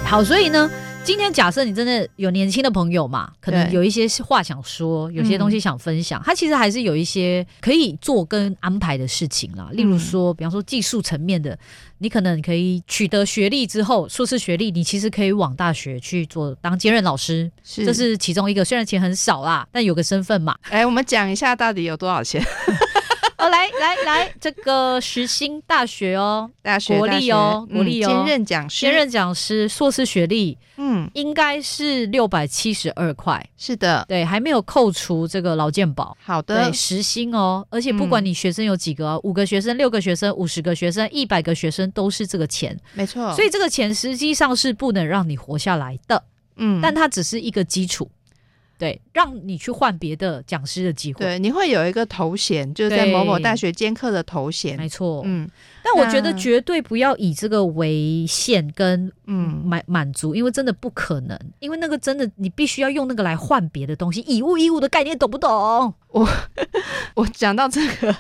Speaker 3: 好，所以呢，今天假设你真的有年轻的朋友嘛，可能
Speaker 2: 对
Speaker 3: 有一些话想说，有些东西想分享，他其实还是有一些可以做跟安排的事情啦。例如说，比方说技术层面的，你可能可以取得学历之后，硕士学历，你其实可以往大学去做当兼任老师，
Speaker 2: 是
Speaker 3: 这是其中一个。虽然钱很少啦，但有个身份嘛。
Speaker 2: 哎，我们讲一下到底有多少钱？
Speaker 3: 哦，来来来，这个实心大学哦，
Speaker 2: 大学
Speaker 3: 国
Speaker 2: 大
Speaker 3: 立
Speaker 2: 学嗯
Speaker 3: 哦国立哦
Speaker 2: 兼任讲师，
Speaker 3: 兼任讲师，硕士学历
Speaker 2: 嗯，
Speaker 3: 应该是六百七十二块。
Speaker 2: 是的，
Speaker 3: 对，还没有扣除这个劳健保。
Speaker 2: 好的
Speaker 3: 对，，时薪哦，而且不管
Speaker 2: 嗯
Speaker 3: 你学生有几个哦、五个学生、六个学生、五十个学生、一百个学生，都是这个钱，
Speaker 2: 没错。
Speaker 3: 所以这个钱实际上是不能让你活下来的，
Speaker 2: 嗯，
Speaker 3: 但它只是一个基础，对，让你去换别的讲师的机会，
Speaker 2: 对，你会有一个头衔，就是在
Speaker 3: 对
Speaker 2: 某某大学兼课的头衔
Speaker 3: 没。错。
Speaker 2: 嗯
Speaker 3: 但我觉得
Speaker 2: 那
Speaker 3: 绝对不要以这个为限跟
Speaker 2: 嗯，
Speaker 3: 满满足，因为真的不可能，因为那个真的你必须要用那个来换别的东西，以物易物的概念懂不懂？。
Speaker 2: 我讲到这个，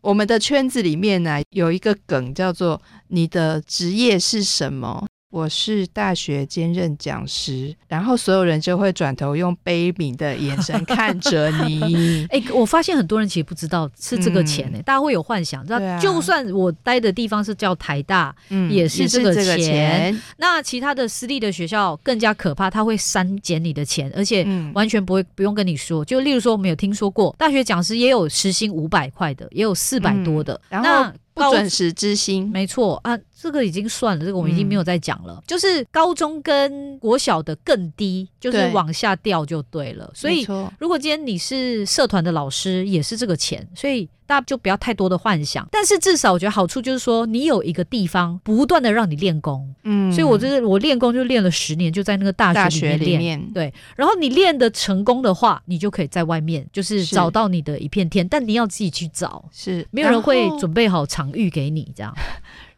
Speaker 2: 我们的圈子里面呢、有一个梗叫做“你的职业是什么”。我是大学兼任讲师，然后所有人就会转头用悲悯的眼神看着你
Speaker 3: 哎、我发现很多人其实不知道是这个钱呢、欸大家会有幻想，知道、
Speaker 2: 嗯对啊
Speaker 3: 就算我待的地方是叫台大，
Speaker 2: 嗯
Speaker 3: 也是这个
Speaker 2: 这个
Speaker 3: 钱
Speaker 2: 钱。
Speaker 3: 那其他的私立的学校更加可怕，他会删减你的钱，而且
Speaker 2: 嗯，
Speaker 3: 完全不会不用跟你说。就例如说，我们有听说过大学讲师也有时薪五百块的，也有四百
Speaker 2: 嗯
Speaker 3: 多的，
Speaker 2: 然后
Speaker 3: 那
Speaker 2: 不
Speaker 3: 高
Speaker 2: 准时之星。
Speaker 3: 没错啊，这个已经算了，这个我们已经
Speaker 2: 嗯
Speaker 3: 没有再讲了。就是高中跟国小的更低，就是
Speaker 2: 对
Speaker 3: 往下掉就对了。所
Speaker 2: 没
Speaker 3: 以
Speaker 2: 错
Speaker 3: 如果今天你是社团的老师，也是这个钱，所以大家就不要太多的幻想。但是至少我觉得好处就是说，你有一个地方不断的让你练功，
Speaker 2: 嗯
Speaker 3: 所以我就是我练功就练了十年，就在那个大
Speaker 2: 大
Speaker 3: 学
Speaker 2: 学
Speaker 3: 里面
Speaker 2: 里
Speaker 3: 练。
Speaker 2: 面，
Speaker 3: 对然后你练的成功的话，你就可以在外面就是
Speaker 2: 是
Speaker 3: 找到你的一片天，但你要自己去找，
Speaker 2: 是
Speaker 3: 没有人会
Speaker 2: 准。
Speaker 3: 准备好场域给你这样。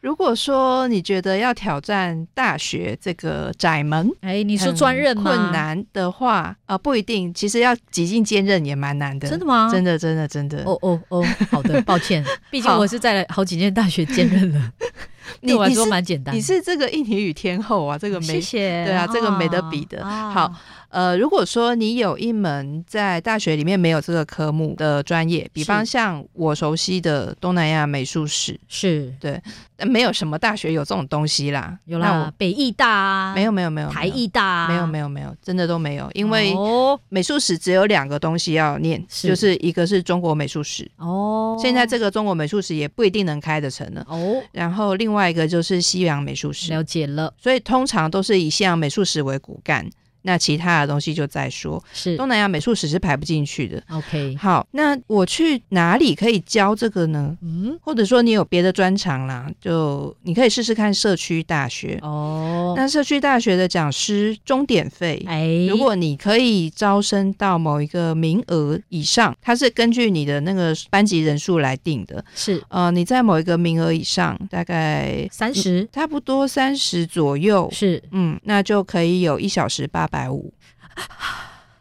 Speaker 2: 如果说你觉得要挑战大学这个窄门，
Speaker 3: 哎，你
Speaker 2: 你
Speaker 3: 说专任吗？
Speaker 2: 困，难的话啊、不一定。其实要挤进兼任也蛮难的，
Speaker 3: 真的吗？
Speaker 2: 真
Speaker 3: 的。
Speaker 2: 的，真的，真的。
Speaker 3: 哦哦 哦，好的，抱歉，毕竟
Speaker 2: 好
Speaker 3: 我是在好几间大学兼任了，对我来
Speaker 2: 你
Speaker 3: 说
Speaker 2: 是
Speaker 3: 蛮简单的。
Speaker 2: 你是这个印尼语天后啊，这个
Speaker 3: 谢
Speaker 2: 没
Speaker 3: 谢。
Speaker 2: 对啊这个没得比的
Speaker 3: 啊
Speaker 2: 好，呃，如果说你有一门在大学里面没有这个科目的专业，比
Speaker 3: 是
Speaker 2: 方像我熟悉的东南亚美术史，
Speaker 3: 是
Speaker 2: 呃没有什么大学有这种东西啦。
Speaker 3: 有
Speaker 2: 那
Speaker 3: 啦
Speaker 2: 我，
Speaker 3: 北艺大啊，
Speaker 2: 没有没有没有
Speaker 3: 台艺大啊，
Speaker 2: 没有没有没有，真的都没有，因为
Speaker 3: 哦
Speaker 2: 美术史只有两个东西要念，
Speaker 3: 是
Speaker 2: 就是一个是中国美术史，
Speaker 3: 哦，
Speaker 2: 现在这个中国美术史也不一定能开得成了。
Speaker 3: 哦
Speaker 2: 然后另外一个就是西洋美术史，
Speaker 3: 了解了，
Speaker 2: 所以通常都是以西洋美术史为骨干，那其他的东西就再说。
Speaker 3: 是嗯
Speaker 2: 东南亚美术史是排不进去的。
Speaker 3: OK，
Speaker 2: 好，那我去哪里可以教这个呢？
Speaker 3: 嗯，
Speaker 2: 或者说你有别的专长啦，就你可以试试看社区大学。
Speaker 3: 哦，
Speaker 2: 那社区大学的讲师钟点费，
Speaker 3: 哎，
Speaker 2: 如果你可以招生到某一个名额以上，它是根据你的那个班级人数来定的。
Speaker 3: 是
Speaker 2: 呃，你在某一个名额以上，大概
Speaker 3: 三十，
Speaker 2: 差不多三十左右，
Speaker 3: 是
Speaker 2: 嗯，那就可以有一小时八百五，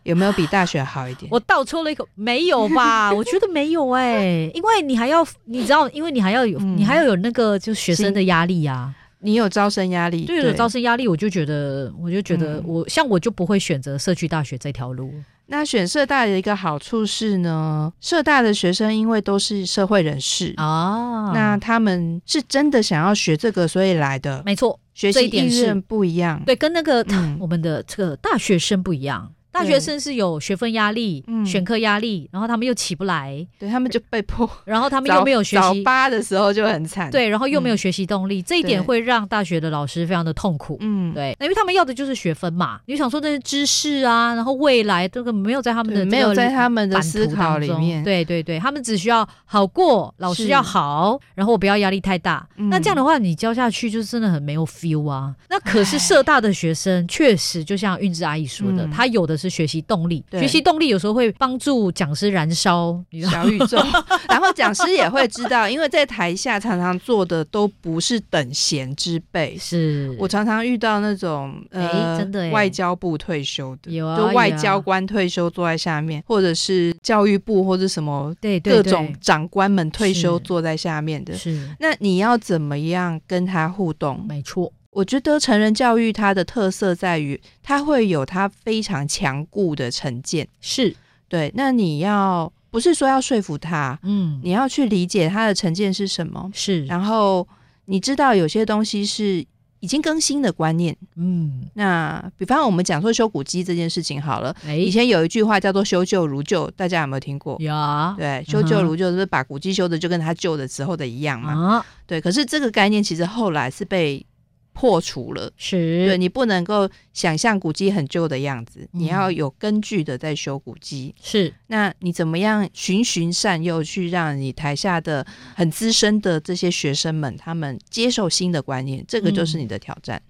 Speaker 2: 有没有比大学好一点？
Speaker 3: 我倒抽了一口，没有吧？ 我觉得没有哎、因为你还要，你知道，因为你还要有，
Speaker 2: 嗯
Speaker 3: 你还要有那个就学生的压力呀、
Speaker 2: 你有招生压力，
Speaker 3: 对有招生压力，我就觉得，我就觉得
Speaker 2: 嗯
Speaker 3: 我，像我就不会选择社区大学这条路。
Speaker 2: 那选社大的一个好处是呢，社大的学生因为都是社会人士。
Speaker 3: 啊
Speaker 2: 那他们是真的想要学这个，所以来的
Speaker 3: 没错，
Speaker 2: 学
Speaker 3: 这
Speaker 2: 习
Speaker 3: 一点
Speaker 2: 意
Speaker 3: 是
Speaker 2: 愿不一样。
Speaker 3: 对，跟那个、
Speaker 2: 嗯
Speaker 3: 我们的这个大学生不一样。大学生是有学分压力、
Speaker 2: 嗯
Speaker 3: 选课压力，然后他们又起不来，
Speaker 2: 对他们就被迫，
Speaker 3: 然后他
Speaker 2: 他
Speaker 3: 们又没有学
Speaker 2: 早
Speaker 3: 习，
Speaker 2: 八的时候就很惨。，
Speaker 3: 对，然后又没有
Speaker 2: 嗯
Speaker 3: 学习动力，这一点
Speaker 2: 对
Speaker 3: 会让大学的老师非常的痛苦。
Speaker 2: 嗯，
Speaker 3: 对，那因为他们要的就是学分嘛，你就想说那些知识啊，然后未来这个没有在他们的
Speaker 2: 对
Speaker 3: 这
Speaker 2: 没有
Speaker 3: 个
Speaker 2: 在他们的
Speaker 3: 版
Speaker 2: 思
Speaker 3: 图
Speaker 2: 考
Speaker 3: 当
Speaker 2: 里
Speaker 3: 中
Speaker 2: 面。
Speaker 3: 对对对，他们只需要好过，老师
Speaker 2: 是
Speaker 3: 要好，然后我不要压力太大。
Speaker 2: 嗯
Speaker 3: 那这样的话，你教下去就真的很没有 feel 啊。那可是社大的学生确实，就像韵之阿姨说的，
Speaker 2: 嗯
Speaker 3: 他有的是学习动力，
Speaker 2: 对
Speaker 3: 学习动力有时候会帮助讲师燃烧，你知道。
Speaker 2: 小宇 宙，然后讲师也会知道，因为在台下常常做的都不是等闲之辈。
Speaker 3: 是
Speaker 2: 我常常遇到那种呃，
Speaker 3: 哎真的耶
Speaker 2: 外交部退休的，
Speaker 3: 有啊
Speaker 2: 就外
Speaker 3: 有啊
Speaker 2: 交官退休坐在下面，或者是教育部或者什么
Speaker 3: 对对
Speaker 2: 各
Speaker 3: 对
Speaker 2: 种长官们退休
Speaker 3: 是
Speaker 2: 坐在下面的。
Speaker 3: 是
Speaker 2: 那你要怎么样跟他互动？
Speaker 3: 没错，
Speaker 2: 我觉得成人教育它的特色在于，它会有它非常强固的成见。
Speaker 3: 是
Speaker 2: 对，那你要不是说要说服他，
Speaker 3: 嗯
Speaker 2: 你要去理解他的成见是什么，
Speaker 3: 是
Speaker 2: 然后你知道有些东西是已经更新的观念。
Speaker 3: 嗯
Speaker 2: 那比方我们讲说修古迹这件事情好了，
Speaker 3: 哎
Speaker 2: 以前有一句话叫做“修旧如旧”，大家有没有听过？
Speaker 3: 呀
Speaker 2: 对，修
Speaker 3: 嗯
Speaker 2: 旧如旧就是把古迹修的就跟它旧的时候的一样嘛。
Speaker 3: 啊
Speaker 2: 对，可是这个概念其实后来是被破除了。
Speaker 3: 是
Speaker 2: 对你不能够想象古迹很旧的样子，
Speaker 3: 嗯
Speaker 2: 你要有根据的在修古迹。
Speaker 3: 是
Speaker 2: 那你怎么样循循善诱，去让你台下的很资深的这些学生们，他们接受新的观念，这个
Speaker 3: 嗯
Speaker 2: 就是你的挑战。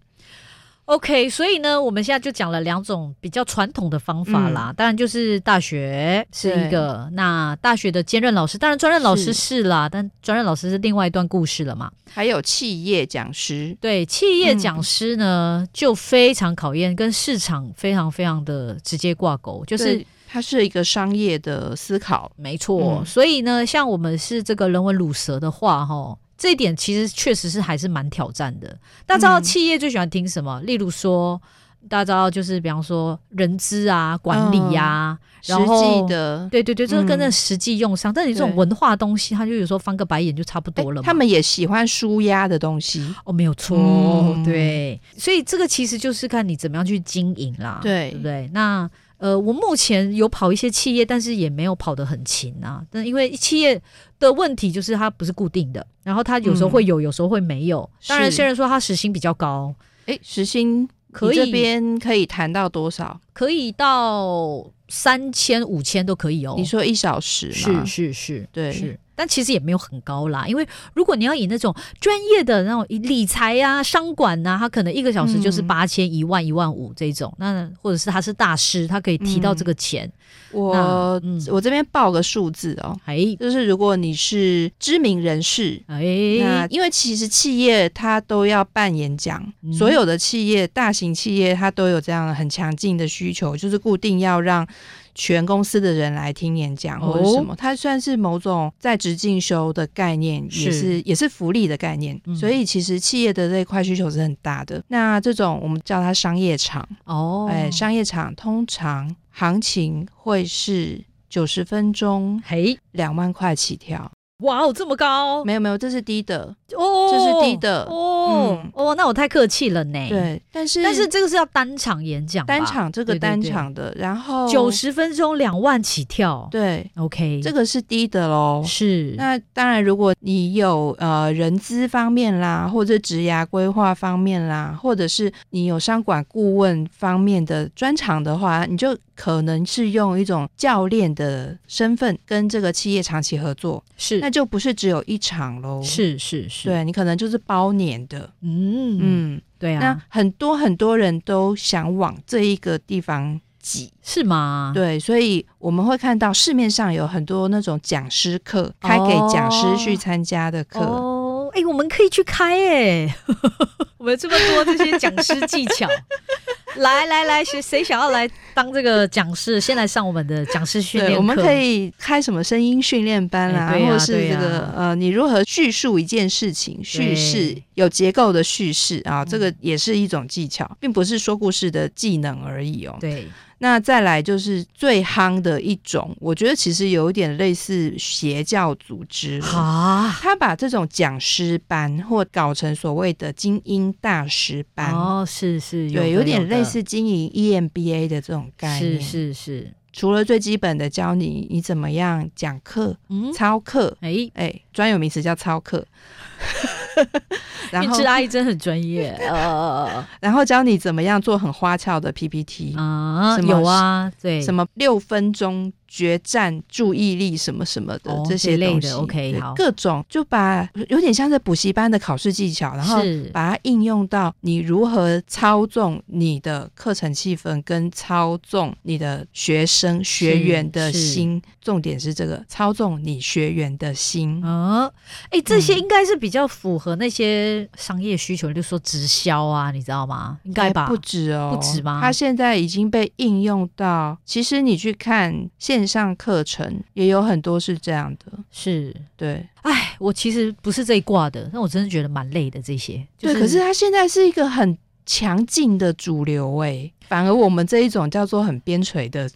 Speaker 3: OK，所以呢，我们现在就讲了两种比较传统的方法啦。
Speaker 2: 嗯
Speaker 3: 当然就是大学是一个，那大学的兼任老师，当然专任老师是啦，但专任老师是另外一段故事了嘛。
Speaker 2: 还有企业讲师，
Speaker 3: 对，企业讲师呢、就非常考验，跟市场非常非常的直接挂钩，就
Speaker 2: 就是是它是一个商业的思考。
Speaker 3: 没错。
Speaker 2: 嗯
Speaker 3: 所以呢，像我们是这个人文乳蛇的话，哈。这一点其实确实是还是蛮挑战的。大家知道
Speaker 2: 嗯
Speaker 3: 企业最喜欢听什么？例如说，大家知道就是比方说人资啊、管理呀、
Speaker 2: 实
Speaker 3: 然后
Speaker 2: 际的，
Speaker 3: 对对对，这个跟那
Speaker 2: 哦嗯
Speaker 3: 实际用上，但你这种
Speaker 2: 对
Speaker 3: 文化东西，他就有时候翻个白眼就差不
Speaker 2: 哎
Speaker 3: 多了嘛。
Speaker 2: 他们也喜欢舒压的东西。
Speaker 3: 哦，没有错，
Speaker 2: 嗯
Speaker 3: 对，所以这个其实就是看你怎么样去经营啦，
Speaker 2: 对
Speaker 3: 对不对？那呃，我目前有跑一些企业，但是也没有跑得很勤啊。但因为企业的问题就是它不是固定的，然后它有时候会有，有时候会没有。当然，
Speaker 2: 嗯是
Speaker 3: 虽然说它时薪比较高，
Speaker 2: 哎，时薪
Speaker 3: 可
Speaker 2: 你这
Speaker 3: 以
Speaker 2: 边可以谈到多少？
Speaker 3: 可以到三千、五千都可以哦。
Speaker 2: 你说一小时
Speaker 3: 是
Speaker 2: 吗？
Speaker 3: 是是，
Speaker 2: 对
Speaker 3: 是。但其实也没有很高啦，因为如果你要以那种专业的那种以理财啊、商管呐、他可能一个小时就是
Speaker 2: 嗯
Speaker 3: 八千、一万、一万五这种，那或者是他是大师，他可以提到这
Speaker 2: 嗯
Speaker 3: 个钱，
Speaker 2: 我、
Speaker 3: 那嗯
Speaker 2: 我这边报个数字哦，
Speaker 3: 哎
Speaker 2: 就是如果你是知名人士，那
Speaker 3: 哎，
Speaker 2: 因为其实企业它都要办演讲，
Speaker 3: 嗯
Speaker 2: 所有的企业、大型企业它都有这样很强劲的需求，就是固定要让全公司的人来听演讲
Speaker 3: 哦
Speaker 2: 或者什么，它算是某种在职进修的概念，也
Speaker 3: 是
Speaker 2: 是也是福利的概念，
Speaker 3: 嗯
Speaker 2: 所以其实企业的这一块需求是很大的。那这种我们叫它商业场，
Speaker 3: 哦，
Speaker 2: 哎，商业场通常行情会是九十分钟
Speaker 3: 嘿。
Speaker 2: 两万块起跳。
Speaker 3: 哇哦，这么高，
Speaker 2: 没有没有，这是低的，
Speaker 3: 哦，
Speaker 2: 这是低的
Speaker 3: 哦、
Speaker 2: 嗯
Speaker 3: 哦，那我太客气了呢。，
Speaker 2: 对。哎但是
Speaker 3: 但是这个是要单场演讲吧，
Speaker 2: 单场这个单场的，然后
Speaker 3: 九十分钟两万起跳
Speaker 2: 对，
Speaker 3: ，OK，
Speaker 2: 这嗯个是低的喽。
Speaker 3: 是
Speaker 2: 那当然，如果你有呃人资方面啦，或者职涯规划方面啦，或者是你有商管顾问方面的专长的话，你就可能是用一种教练的身份跟这个企业长期合作，
Speaker 3: 是
Speaker 2: 那就不是只有一场喽。，
Speaker 3: 是是是，，
Speaker 2: 对你可能就是包年的，
Speaker 3: 嗯嗯，
Speaker 2: 嗯，
Speaker 3: 对
Speaker 2: 那
Speaker 3: 啊，
Speaker 2: 很多很多人都想往这一个地方挤。
Speaker 3: 是吗？
Speaker 2: 对，所以我们会看到市面上有很多那种讲师课，开给讲师去参加的课。
Speaker 3: 哦，哎、我们可以去开哎、 我们这么多这些讲师技巧。 来来来，谁谁想要来当这个讲师，先来上我们的讲师训练
Speaker 2: 对，
Speaker 3: 课。
Speaker 2: 我们可以开什么声音训练班啦、
Speaker 3: 哎对啊
Speaker 2: 或是
Speaker 3: 对
Speaker 2: 这
Speaker 3: 啊
Speaker 2: 个、呃，你如何叙述一件事情，叙事有结构的叙事
Speaker 3: 嗯
Speaker 2: 啊，这个也是一种技巧，并不是说故事的技能而已哦。
Speaker 3: 对
Speaker 2: 那再来就是最夯的一种，我觉得其实有一点类似邪教组织了。
Speaker 3: 啊，
Speaker 2: 他把这种讲师班或搞成所谓的精英大师班，
Speaker 3: 哦，是是，
Speaker 2: 对，
Speaker 3: 有
Speaker 2: 有
Speaker 3: 的
Speaker 2: 点类。
Speaker 3: 有
Speaker 2: 似经营 E EMBA 的这种
Speaker 3: 的
Speaker 2: 概
Speaker 3: 是
Speaker 2: 念。
Speaker 3: 是是，
Speaker 2: 除了最基本的教你你怎么样讲课、
Speaker 3: 嗯，
Speaker 2: 操课，
Speaker 3: 哎、
Speaker 2: 哎，专有名词叫操课， 然
Speaker 3: 运
Speaker 2: 后
Speaker 3: 志阿姨真很专 业，呃
Speaker 2: 然后教你怎么样做很花俏的 PPT，、
Speaker 3: 啊，
Speaker 2: 什么
Speaker 3: 有啊，对，
Speaker 2: 什么六分钟决战注意力什么什么的、
Speaker 3: 哦
Speaker 2: 这些
Speaker 3: 这类
Speaker 2: 东
Speaker 3: 的
Speaker 2: 西
Speaker 3: ，OK，
Speaker 2: 对
Speaker 3: 好
Speaker 2: 各种就把有点像是补习班的考试技巧，然后
Speaker 3: 是
Speaker 2: 把它应用到你如何操纵你的课程气氛，跟操纵你的学生学员的心。重点是这个操纵你学员的心。
Speaker 3: 啊，哎、这些
Speaker 2: 嗯
Speaker 3: 应该是比较符合那些商业需求，例如说直销啊，你知道吗？应该吧？
Speaker 2: 不止哦，
Speaker 3: 不止吗
Speaker 2: 它现在已经被应用到，其实你去看线上课程，也有很多是这样的。
Speaker 3: 是，
Speaker 2: 对，
Speaker 3: 哎，我其实不是这一挂的，但我真的觉得蛮累的。这些、就是、
Speaker 2: 对，可是它现在是一个很强劲的主流哎、反而我们这一种叫做很边陲的，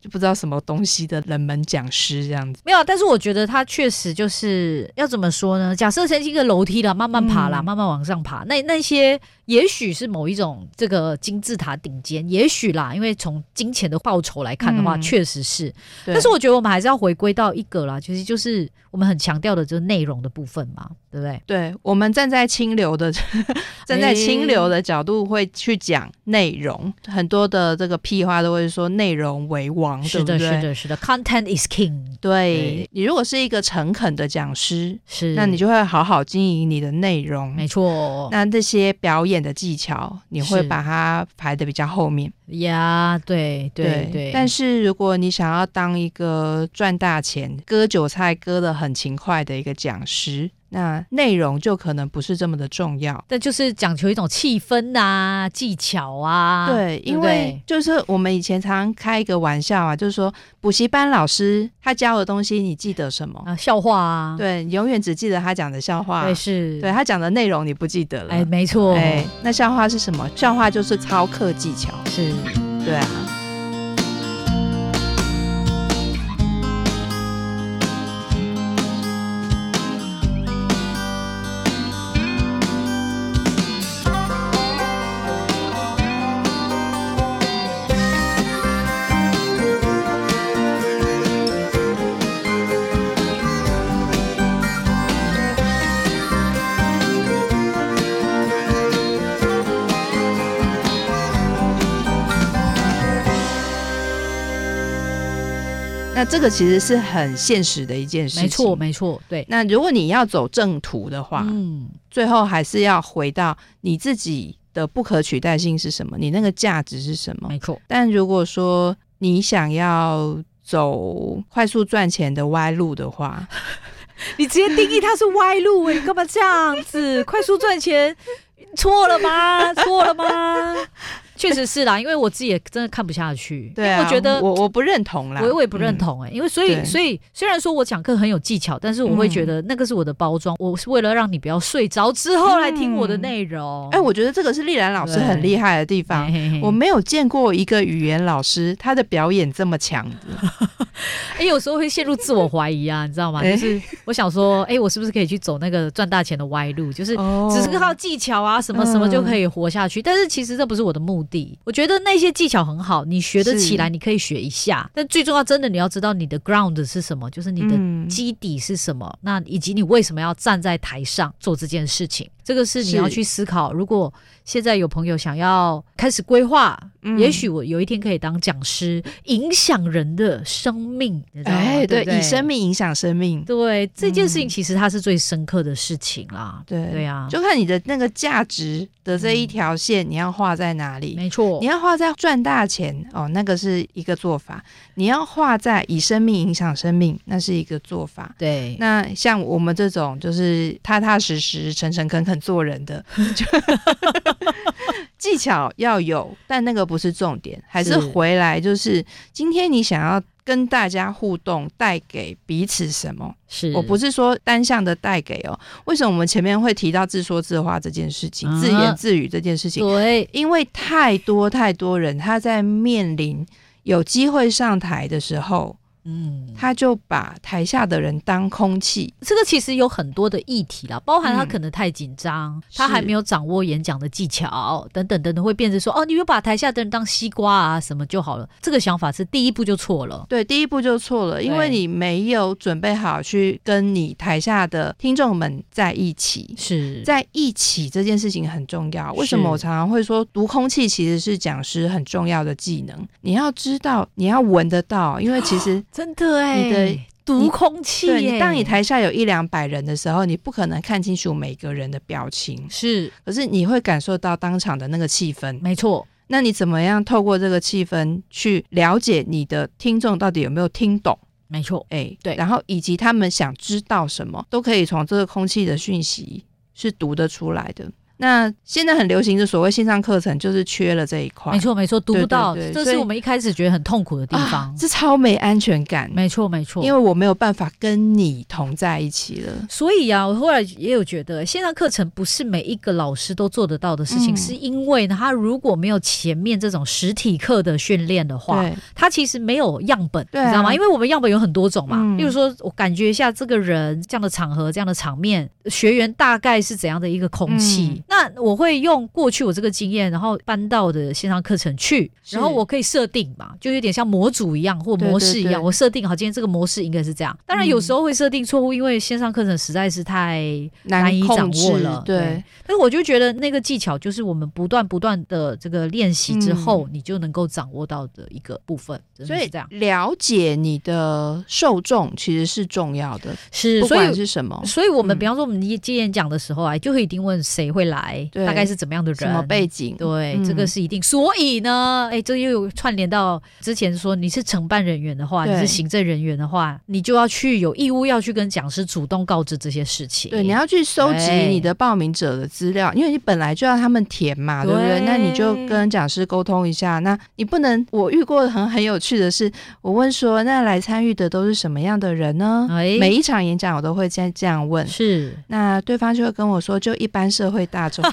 Speaker 2: 就不知道什么东西的冷门讲师这样子。
Speaker 3: 没有啊，但是我觉得它确实就是要怎么说呢？假设是一个楼梯啦，慢慢爬啦，
Speaker 2: 嗯
Speaker 3: 慢慢往上爬。那那些也许是某一种这个金字塔顶尖，也许啦，因为从金钱的报酬来看的话，
Speaker 2: 嗯
Speaker 3: 确实是。
Speaker 2: 对
Speaker 3: 但是我觉得我们还是要回归到一个啦，其实就是我们很强调的就是内容的部分嘛，对不对？
Speaker 2: 对我们站在清流的 站在清流的角度会去讲内容，很多的这个屁话都会说内容为王，
Speaker 3: 是的，
Speaker 2: 对不对
Speaker 3: 是的，是的，content is king，
Speaker 2: 对
Speaker 3: 对
Speaker 2: 你如果是一个诚恳的讲师，
Speaker 3: 是，
Speaker 2: 那你就会好好经营你的内容
Speaker 3: 没。错
Speaker 2: 那这些表演的技巧，你会
Speaker 3: 是
Speaker 2: 把它排的比较后面。
Speaker 3: 呀，对对对，
Speaker 2: 但
Speaker 3: 是
Speaker 2: 是如果你想要当一个赚大钱、割韭菜割的很勤快的一个讲师，那内容就可能不是这么的重要。
Speaker 3: 但就是讲求一种气氛啊、技巧啊，
Speaker 2: 对，因
Speaker 3: 不
Speaker 2: 为
Speaker 3: 对
Speaker 2: 就是我们以前常常开一个玩笑啊，就是说补习班老师他教的东西，你记得什么？
Speaker 3: 啊，笑话啊，
Speaker 2: 对，你永远只记得他讲的笑话，啊
Speaker 3: 对是，
Speaker 2: 对，他讲的内容你不记得了。
Speaker 3: 哎，没错，
Speaker 2: 哎那笑话是什么？笑话就是操课技巧，
Speaker 3: 是。
Speaker 2: 对啊。那这个其实是很现实的一件事情。
Speaker 3: 没错，没错，对，
Speaker 2: 那如果你要走正途的话，
Speaker 3: 嗯，
Speaker 2: 最后还是要回到你自己的不可取代性是什么，你那个价值是什么。
Speaker 3: 没错，
Speaker 2: 但如果说你想要走快速赚钱的歪路 的话，
Speaker 3: 你直接定义它是歪路哎、你干嘛这样 子？快速赚钱，错了吗？ 错了吗？确实是啦，因为我自己也真的看不下去，
Speaker 2: 对
Speaker 3: 因
Speaker 2: 啊，
Speaker 3: 为我觉得
Speaker 2: 我我不认同啦，
Speaker 3: 我我也不认
Speaker 2: 嗯。
Speaker 3: 同哎、因为所以
Speaker 2: 对嗯
Speaker 3: 所以虽然说我讲课很有技巧，但是我会觉得那个是我的包装，我是为了让你不要睡着之后来听我的内容。
Speaker 2: 哎、我觉得这个是丽兰老师很
Speaker 3: 嗯
Speaker 2: 厉
Speaker 3: 哎
Speaker 2: 害的地方。
Speaker 3: 嘿嘿嘿
Speaker 2: 我没有见过一个语言老师他的表演这么强的，
Speaker 3: 哎、有时候会陷入自我怀疑啊，你知 道吗？
Speaker 2: 哎
Speaker 3: 就是我想说，哎、我是不是可以去走那个赚大钱的歪路？就是
Speaker 2: 哦
Speaker 3: 只是靠技巧啊，
Speaker 2: 嗯
Speaker 3: 什么什么就可以活下去。但是其实这不是我的目的。我觉得那些技巧很好，你学得起来，
Speaker 2: 是
Speaker 3: 你可以学一下。但最重要，真的你要知道你的 ground 是什么，就是你的
Speaker 2: 嗯
Speaker 3: 基底是什么，那以及你为什么要站在台上做这件事情，这个是你
Speaker 2: 是
Speaker 3: 要去思考。如果现在有朋友想要开始规划，
Speaker 2: 嗯
Speaker 3: 也许我有一天可以当讲师，影响人的生命。你知道吗
Speaker 2: 哎，
Speaker 3: 对
Speaker 2: 对，
Speaker 3: 不对
Speaker 2: 以生命影响生命，
Speaker 3: 对这件事情，
Speaker 2: 嗯
Speaker 3: 其实它是最深刻的事情啦。
Speaker 2: 对
Speaker 3: 对啊，嗯
Speaker 2: 就看你的那个价值的这一条线，你要画在哪里？
Speaker 3: 没错
Speaker 2: 你。要画在赚大钱哦，那个是一个做法；你要画在以生命影响生命，那是一个做法。
Speaker 3: 对，
Speaker 2: 那像我们这种就是踏踏实实、诚诚恳恳做 人的，就 技巧要有，但那个不是重点，还是
Speaker 3: 是
Speaker 2: 回来就是今天你想要跟大家互动，带给彼此什么？
Speaker 3: 是
Speaker 2: 我不是说单向的带给哦，为什么我们前面会提到自说自话这件事情，
Speaker 3: 啊
Speaker 2: 自言自语这件事情？
Speaker 3: 对，
Speaker 2: 因为太多太多人他在面临有机会上台的时候，
Speaker 3: 嗯，
Speaker 2: 他就把台下的人当空气。
Speaker 3: 这个其实有很多的议题啦，包含他
Speaker 2: 嗯
Speaker 3: 可能太紧张，他
Speaker 2: 是
Speaker 3: 还没有掌握演讲的技巧等等等等，会变成说哦，你就把台下的人当西瓜啊什么就好了。这个想法是第一步就错了。
Speaker 2: 对，第一步就错了，因为
Speaker 3: 对
Speaker 2: 你没有准备好去跟你台下的听众们在一起。
Speaker 3: 是
Speaker 2: 在一起这件事情很重要。啊为
Speaker 3: 嗯
Speaker 2: 什
Speaker 3: 是
Speaker 2: 么我常常会说读空气其实是讲师很重要的技能？你要知道，你要闻得到，因为其实
Speaker 3: 真的哎、
Speaker 2: 你的
Speaker 3: 读空气欸
Speaker 2: 对
Speaker 3: 耶、
Speaker 2: 你当你台下有一两百人的时候，你不可能看清楚每个人的表情，
Speaker 3: 是
Speaker 2: 可是你会感受到当场的那个气氛。
Speaker 3: 没错，
Speaker 2: 那你怎么样透过这个气氛去了解你的听众到底有没有听懂？
Speaker 3: 没错，
Speaker 2: 哎、
Speaker 3: 对
Speaker 2: 然后以及他们想知道什么，都可以从这个空气的讯息是读得出来的。那现在很流行的所谓线上课程，就是缺了这一块，
Speaker 3: 没错，没错，读不
Speaker 2: 对对
Speaker 3: 到，
Speaker 2: 对
Speaker 3: 这
Speaker 2: 所
Speaker 3: 是
Speaker 2: 以
Speaker 3: 我们一开始觉得很痛苦的地方。
Speaker 2: 啊，这超没安全感，
Speaker 3: 没错，没错，
Speaker 2: 因为我没有办法跟你同在一起了。
Speaker 3: 所以啊，我后来也有觉得，线上课程不是每一个老师都做得到的事情，
Speaker 2: 嗯
Speaker 3: 是因为呢，他如果没有前面这种实体课的训练的话，
Speaker 2: 对，
Speaker 3: 他其实没有样本，
Speaker 2: 对啊
Speaker 3: 你知道吗？因为我们样本有很多种嘛，
Speaker 2: 嗯
Speaker 3: 例如说我感觉一下这个人这样的场合、这样的场面，学员大概是怎样的一个空气。
Speaker 2: 嗯
Speaker 3: 那我会用过去我这个经验，然后搬到我的线上课程去，
Speaker 2: 是
Speaker 3: 然后我可以设定嘛，就有点像模组一样或
Speaker 2: 对
Speaker 3: 模式一样，
Speaker 2: 对对嗯
Speaker 3: 我设定好今天这个模式应该是这样。当然有时候会设定错误，因为线上课程实在是太难以掌
Speaker 2: 控
Speaker 3: 握
Speaker 2: 制
Speaker 3: 了对
Speaker 2: 对，
Speaker 3: 但是我就觉得那个技巧就是我们不断不断的这个练习之后，你就能够掌握到的一个部分，真
Speaker 2: 嗯所
Speaker 3: 的
Speaker 2: 以
Speaker 3: 是这样。
Speaker 2: 了解你的受众其实是重要的，
Speaker 3: 是，
Speaker 2: 不
Speaker 3: 所
Speaker 2: 管
Speaker 3: 以
Speaker 2: 是什么
Speaker 3: 所以我们
Speaker 2: 嗯
Speaker 3: 比方说我们接演讲的时候啊，就会一定问谁会来，
Speaker 2: 对
Speaker 3: 大概是怎么样的人，
Speaker 2: 什么背景，
Speaker 3: 对，
Speaker 2: 嗯
Speaker 3: 这个是一定。所以呢，哎，这又有串联到之前说你是承办人员的话，
Speaker 2: 对
Speaker 3: 你是行政人员的话，你就要去有义务要去跟讲师主动告知这些事情。
Speaker 2: 对，你要去收集
Speaker 3: 对
Speaker 2: 你的报名者的资料，因为你本来就要他们填嘛，对不对？
Speaker 3: 对
Speaker 2: 那你就跟讲师沟通一下。那你不能，我遇过很很有趣的是，我问说，那来参与的都是什么样的人呢？
Speaker 3: 哎
Speaker 2: 每一场演讲我都会这这样问，
Speaker 3: 是
Speaker 2: 那对方就会跟我说，就一般社会大众。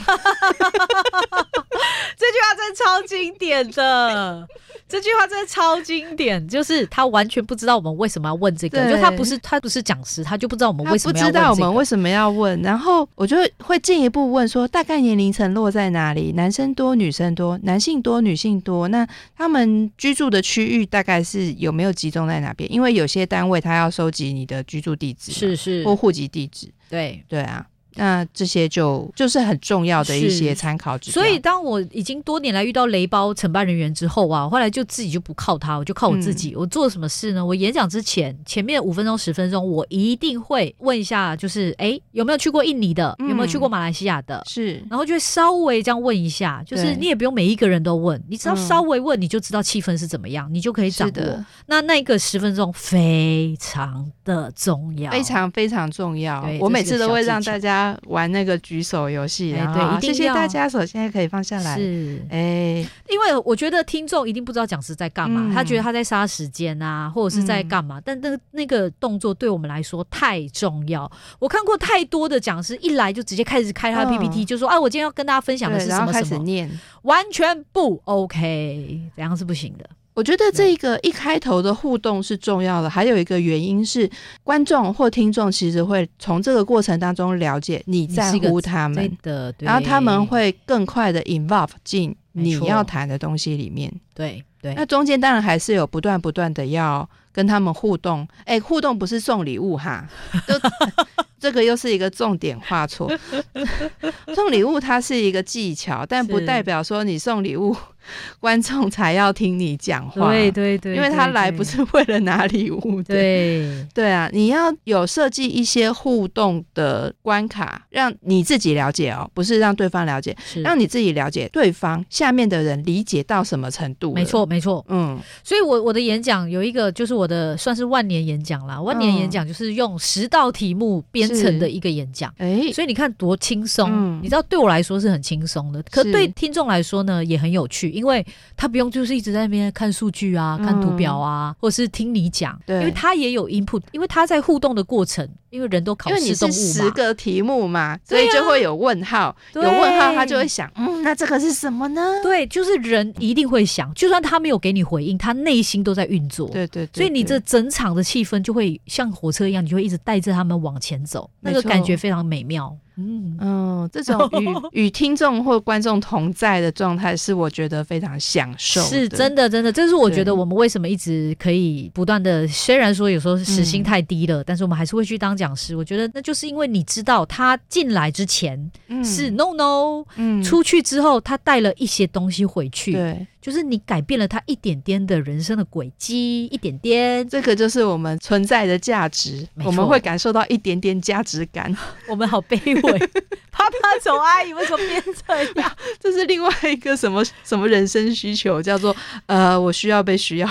Speaker 3: 这句话真的超经典的，这句话真的超经典，就是他完全不知道我们为什么要问这个，
Speaker 2: 对
Speaker 3: 就他不是他不是讲师，他就不知道我们
Speaker 2: 他
Speaker 3: 为什
Speaker 2: 不
Speaker 3: 么要
Speaker 2: 知
Speaker 3: 问、这
Speaker 2: 道
Speaker 3: 个、
Speaker 2: 我们为什么要问，然后我就会进一步问说，大概年龄层落在哪里？男生多，女生多，男性多，女性多。那他们居住的区域大概是有没有集中在哪边？因为有些单位他要收集你的居住地址嘛，
Speaker 3: 是是
Speaker 2: 或户籍地址，
Speaker 3: 对
Speaker 2: 对啊。那这些就就是很重要的一
Speaker 3: 是
Speaker 2: 些参考指标。
Speaker 3: 所以，当我已经多年来遇到雷包承办人员之后啊，后来就自己就不靠他，我就靠我自
Speaker 2: 嗯
Speaker 3: 己。我做什么事呢？我演讲之前，前面五分钟、十分钟，我一定会问一下，就是哎，有没有去过印尼的？
Speaker 2: 嗯
Speaker 3: 有没有去过马来西亚的？
Speaker 2: 是
Speaker 3: 然后就会稍微这样问一下，就是
Speaker 2: 对
Speaker 3: 你也不用每一个人都问，你只要
Speaker 2: 嗯
Speaker 3: 稍微问，你就知道气氛是怎么样，你就可以掌
Speaker 2: 是
Speaker 3: 握
Speaker 2: 的。，
Speaker 3: 那那个十分钟非常的重要，
Speaker 2: 非。常非常重要
Speaker 3: 对。
Speaker 2: 我每
Speaker 3: 这是
Speaker 2: 次
Speaker 3: 个
Speaker 2: 都会
Speaker 3: 小技
Speaker 2: 让
Speaker 3: 巧
Speaker 2: 大家玩那个举手游戏，
Speaker 3: 哎
Speaker 2: 然后
Speaker 3: 对
Speaker 2: 啊
Speaker 3: 一定
Speaker 2: 谢谢
Speaker 3: 要
Speaker 2: 大家，手现在可以放下来。
Speaker 3: 是，
Speaker 2: 哎，
Speaker 3: 因为我觉得听众一定不知道讲师在干嘛，
Speaker 2: 嗯
Speaker 3: 他觉得他在杀时间啊，或者是在干嘛，但那个那个动作对我们来说太重要。我看过太多的讲师一来就直接开始开他的
Speaker 2: 嗯
Speaker 3: PPT，、就说啊，我今天要跟大家分享的
Speaker 2: 对，
Speaker 3: 是
Speaker 2: 然
Speaker 3: 什
Speaker 2: 后
Speaker 3: 么
Speaker 2: 开
Speaker 3: 什
Speaker 2: 始
Speaker 3: 么，
Speaker 2: 念，
Speaker 3: 完全不 OK，这样是不行的。
Speaker 2: 我觉得这个一开头的互动是重要的，还有一个原因是观众或听众其实会从这个过程当中了解你在
Speaker 3: 你是一
Speaker 2: 乎
Speaker 3: 个
Speaker 2: 他们
Speaker 3: 对，的，对
Speaker 2: 然后他们会更快的 involve 进你
Speaker 3: 没错
Speaker 2: 要谈的东西里面。
Speaker 3: 对对
Speaker 2: 那中间当然还是有不断不断的要跟他们互动，哎，互动不是送礼 物哈，都 这个又是一个重点 画错。送礼物它是一个技巧，但不
Speaker 3: 是
Speaker 2: 代表说你送礼物，观众才要听你讲话。
Speaker 3: 对对对，
Speaker 2: 因为他来不
Speaker 3: 对
Speaker 2: 是为了拿礼物的。
Speaker 3: 对
Speaker 2: 对啊，你要有设计一些互动的关卡，让你自己了解哦，不是让对方了解，
Speaker 3: 是
Speaker 2: 让你自己了解对方下面的人理解到什么程度。
Speaker 3: 没，错没错。
Speaker 2: 嗯，
Speaker 3: 所以我我的演讲有一个就是我的算是万年演讲啦，万年
Speaker 2: 嗯
Speaker 3: 演讲就是用十道题目编成的一个演讲。
Speaker 2: 哎，
Speaker 3: 所以你看多轻松，
Speaker 2: 嗯
Speaker 3: 你知道对我来说是很轻松的，可
Speaker 2: 是
Speaker 3: 对听众来说呢也很有趣，因为他不用就是一直在那边看数据啊、
Speaker 2: 嗯
Speaker 3: 看图表啊，或是听你讲，
Speaker 2: 对
Speaker 3: 因为他也有 input，因为他在互动的过程，因为人都考
Speaker 2: 因为你
Speaker 3: 试动
Speaker 2: 是
Speaker 3: 物
Speaker 2: 十
Speaker 3: 嘛，
Speaker 2: 个题目嘛，所
Speaker 3: 对
Speaker 2: 以
Speaker 3: 啊
Speaker 2: 就会有问号，有
Speaker 3: 对
Speaker 2: 问号他就会想，嗯，那这个是什么呢？
Speaker 3: 对，就是人一定会想，就算他没有给你回应，他内心都在运作。
Speaker 2: 对对对，
Speaker 3: 所以你这
Speaker 2: 对
Speaker 3: 整场的气氛就会像火车一样，你就会一直带着他们往前走，那个
Speaker 2: 没错
Speaker 3: 感觉非常美妙。嗯，
Speaker 2: 嗯，这种 与与听众或观众同在的状态，是我觉得非常享受的，
Speaker 3: 是真的，真的，这是我觉
Speaker 2: 对
Speaker 3: 得我们为什么一直可以不断的，虽然说有时候时薪太低
Speaker 2: 嗯
Speaker 3: 了，但是我们还是会去当讲师。我觉得那就是因为你知道他进来之前
Speaker 2: 嗯
Speaker 3: 是 no no，、
Speaker 2: 嗯
Speaker 3: 出去之后他带了一些东西回去，
Speaker 2: 对。
Speaker 3: 就是你改变了他一点点的人生的轨迹，一点 点。
Speaker 2: 这个就是我们存在的价值，
Speaker 3: 没错
Speaker 2: 我们会感受到一点点价值感，
Speaker 3: 我们好卑微， 啪啪走阿姨为什么变这样？
Speaker 2: 这是另外一个什么什么人生需求，叫做呃，我需要被需要。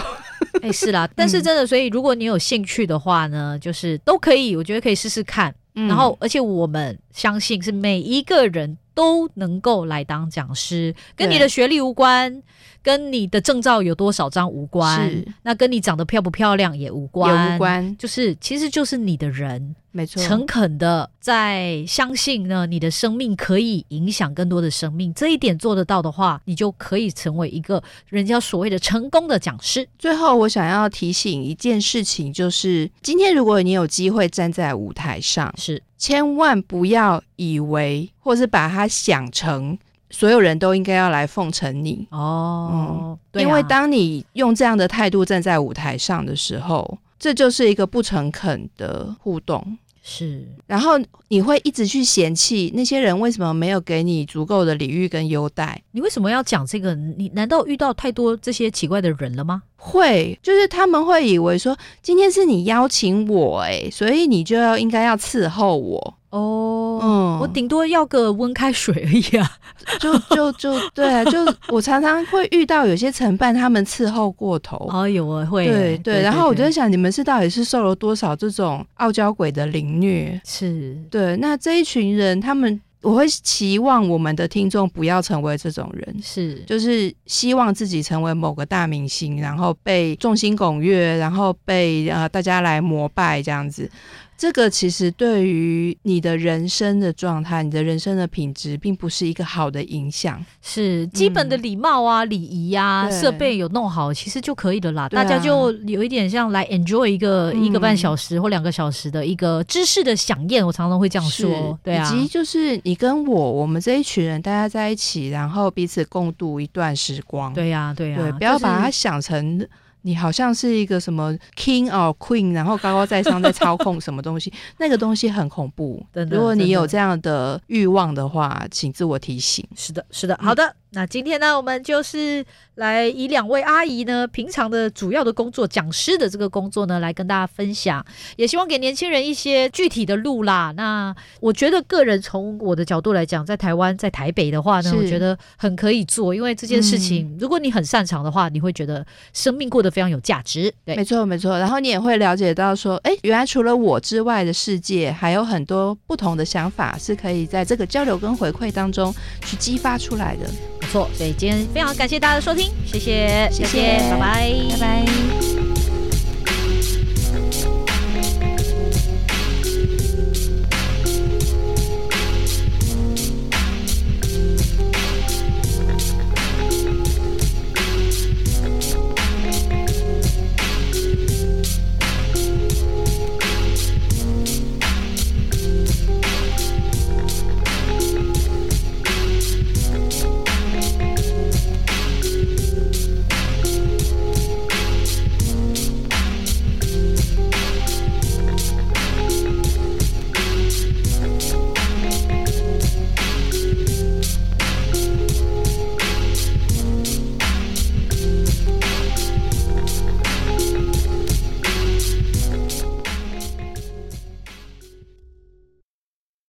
Speaker 3: 哎、是啦，但
Speaker 2: 嗯
Speaker 3: 是真的，所以如果你有兴趣的话呢，就是都可以，我觉得可以试试看。
Speaker 2: 嗯
Speaker 3: 然后，而且我们相信是每一个人都能够来当讲师，跟
Speaker 2: 对
Speaker 3: 你的学历无关，跟你的证照有多少张无关
Speaker 2: 是，
Speaker 3: 那跟你长得漂不漂亮也无关，
Speaker 2: 嗯也无，关，
Speaker 3: 就是其实就是你的人
Speaker 2: 没错，
Speaker 3: 诚恳的在相信呢，你的生命可以影响更多的生命，这一点做得到的话，你就可以成为一个人家所谓的成功的讲师。
Speaker 2: 最后，我想要提醒一件事情，就是今天如果你有机会站在舞台上，
Speaker 3: 是
Speaker 2: 千万不要以为或是把它想成所有人都应该要来奉承你，
Speaker 3: 哦，对啊
Speaker 2: 因为当你用这样的态度站在舞台上的时候，这就是一个不诚恳的互动。
Speaker 3: 是
Speaker 2: 然后你会一直去嫌弃那些人为什么没有给你足够的礼遇跟优待，
Speaker 3: 你为什么要讲这个？你难道遇到太多这些奇怪的人了吗？
Speaker 2: 会，就是他们会以为说今天是你邀请我、诶，所以你就要应该要伺候我。
Speaker 3: 哦，
Speaker 2: 嗯，
Speaker 3: 我顶多要个温开水而已 啊。
Speaker 2: 就就就对啊，就我常常会遇到有些承办他们伺候过头。
Speaker 3: 哦，有啊，会欸，
Speaker 2: 对对，然后我就在
Speaker 3: 对
Speaker 2: 想，你们是到底是受了多少这种傲娇鬼的凌虐？
Speaker 3: 是
Speaker 2: 对，那这一群人，他们我会期望我们的听众不要成为这种人，
Speaker 3: 是
Speaker 2: 就是希望自己成为某个大明星，然后被众星拱月，然后被呃大家来膜拜这样子。这个其实对于你的人生的状态、你的人生的品质，并不是一个好的影响。
Speaker 3: 是基本的礼貌啊、礼仪啊、
Speaker 2: 对
Speaker 3: 设备有弄好，其实就可以了啦。
Speaker 2: 对啊
Speaker 3: 大家就有一点像来 enjoy 一个
Speaker 2: 嗯
Speaker 3: 一个半小时或两个小时的一个知识的飨宴，我常常会这样说
Speaker 2: 是。
Speaker 3: 对啊
Speaker 2: 以，及就是你跟我，我们这一群人大家在一起，然后彼此共度一段时光。
Speaker 3: 对呀，对
Speaker 2: 对
Speaker 3: 呀，
Speaker 2: 不要
Speaker 3: 就是
Speaker 2: 把它想成你好像是一个什么 king or queen，然后高高在上在操控什么东西，那个东西很恐怖。
Speaker 3: 真的
Speaker 2: 如果你有
Speaker 3: 真的
Speaker 2: 这样的欲望的话，请自我提醒。
Speaker 3: 是的，是的，好的。那今天呢，我们就是来以两位阿姨呢平常的主要的工作，讲师的这个工作呢，来跟大家分享，也希望给年轻人一些具体的路啦。那我觉得个人从我的角度来讲，在台湾，在台北的话呢，
Speaker 2: 是
Speaker 3: 我觉得很可以做，因为这件事情，如果你很擅长的话，你会觉得生命过得非常有价值。
Speaker 2: 没
Speaker 3: 对，
Speaker 2: 错，没错。然后你也会了解到说，哎，原来除了我之外的世界，还有很多不同的想法是可以在这个交流跟回馈当中去激发出来的。
Speaker 3: 不错。所以今天非常感谢大家的收听，谢谢，
Speaker 2: 谢谢
Speaker 3: 拜拜，
Speaker 2: 拜拜。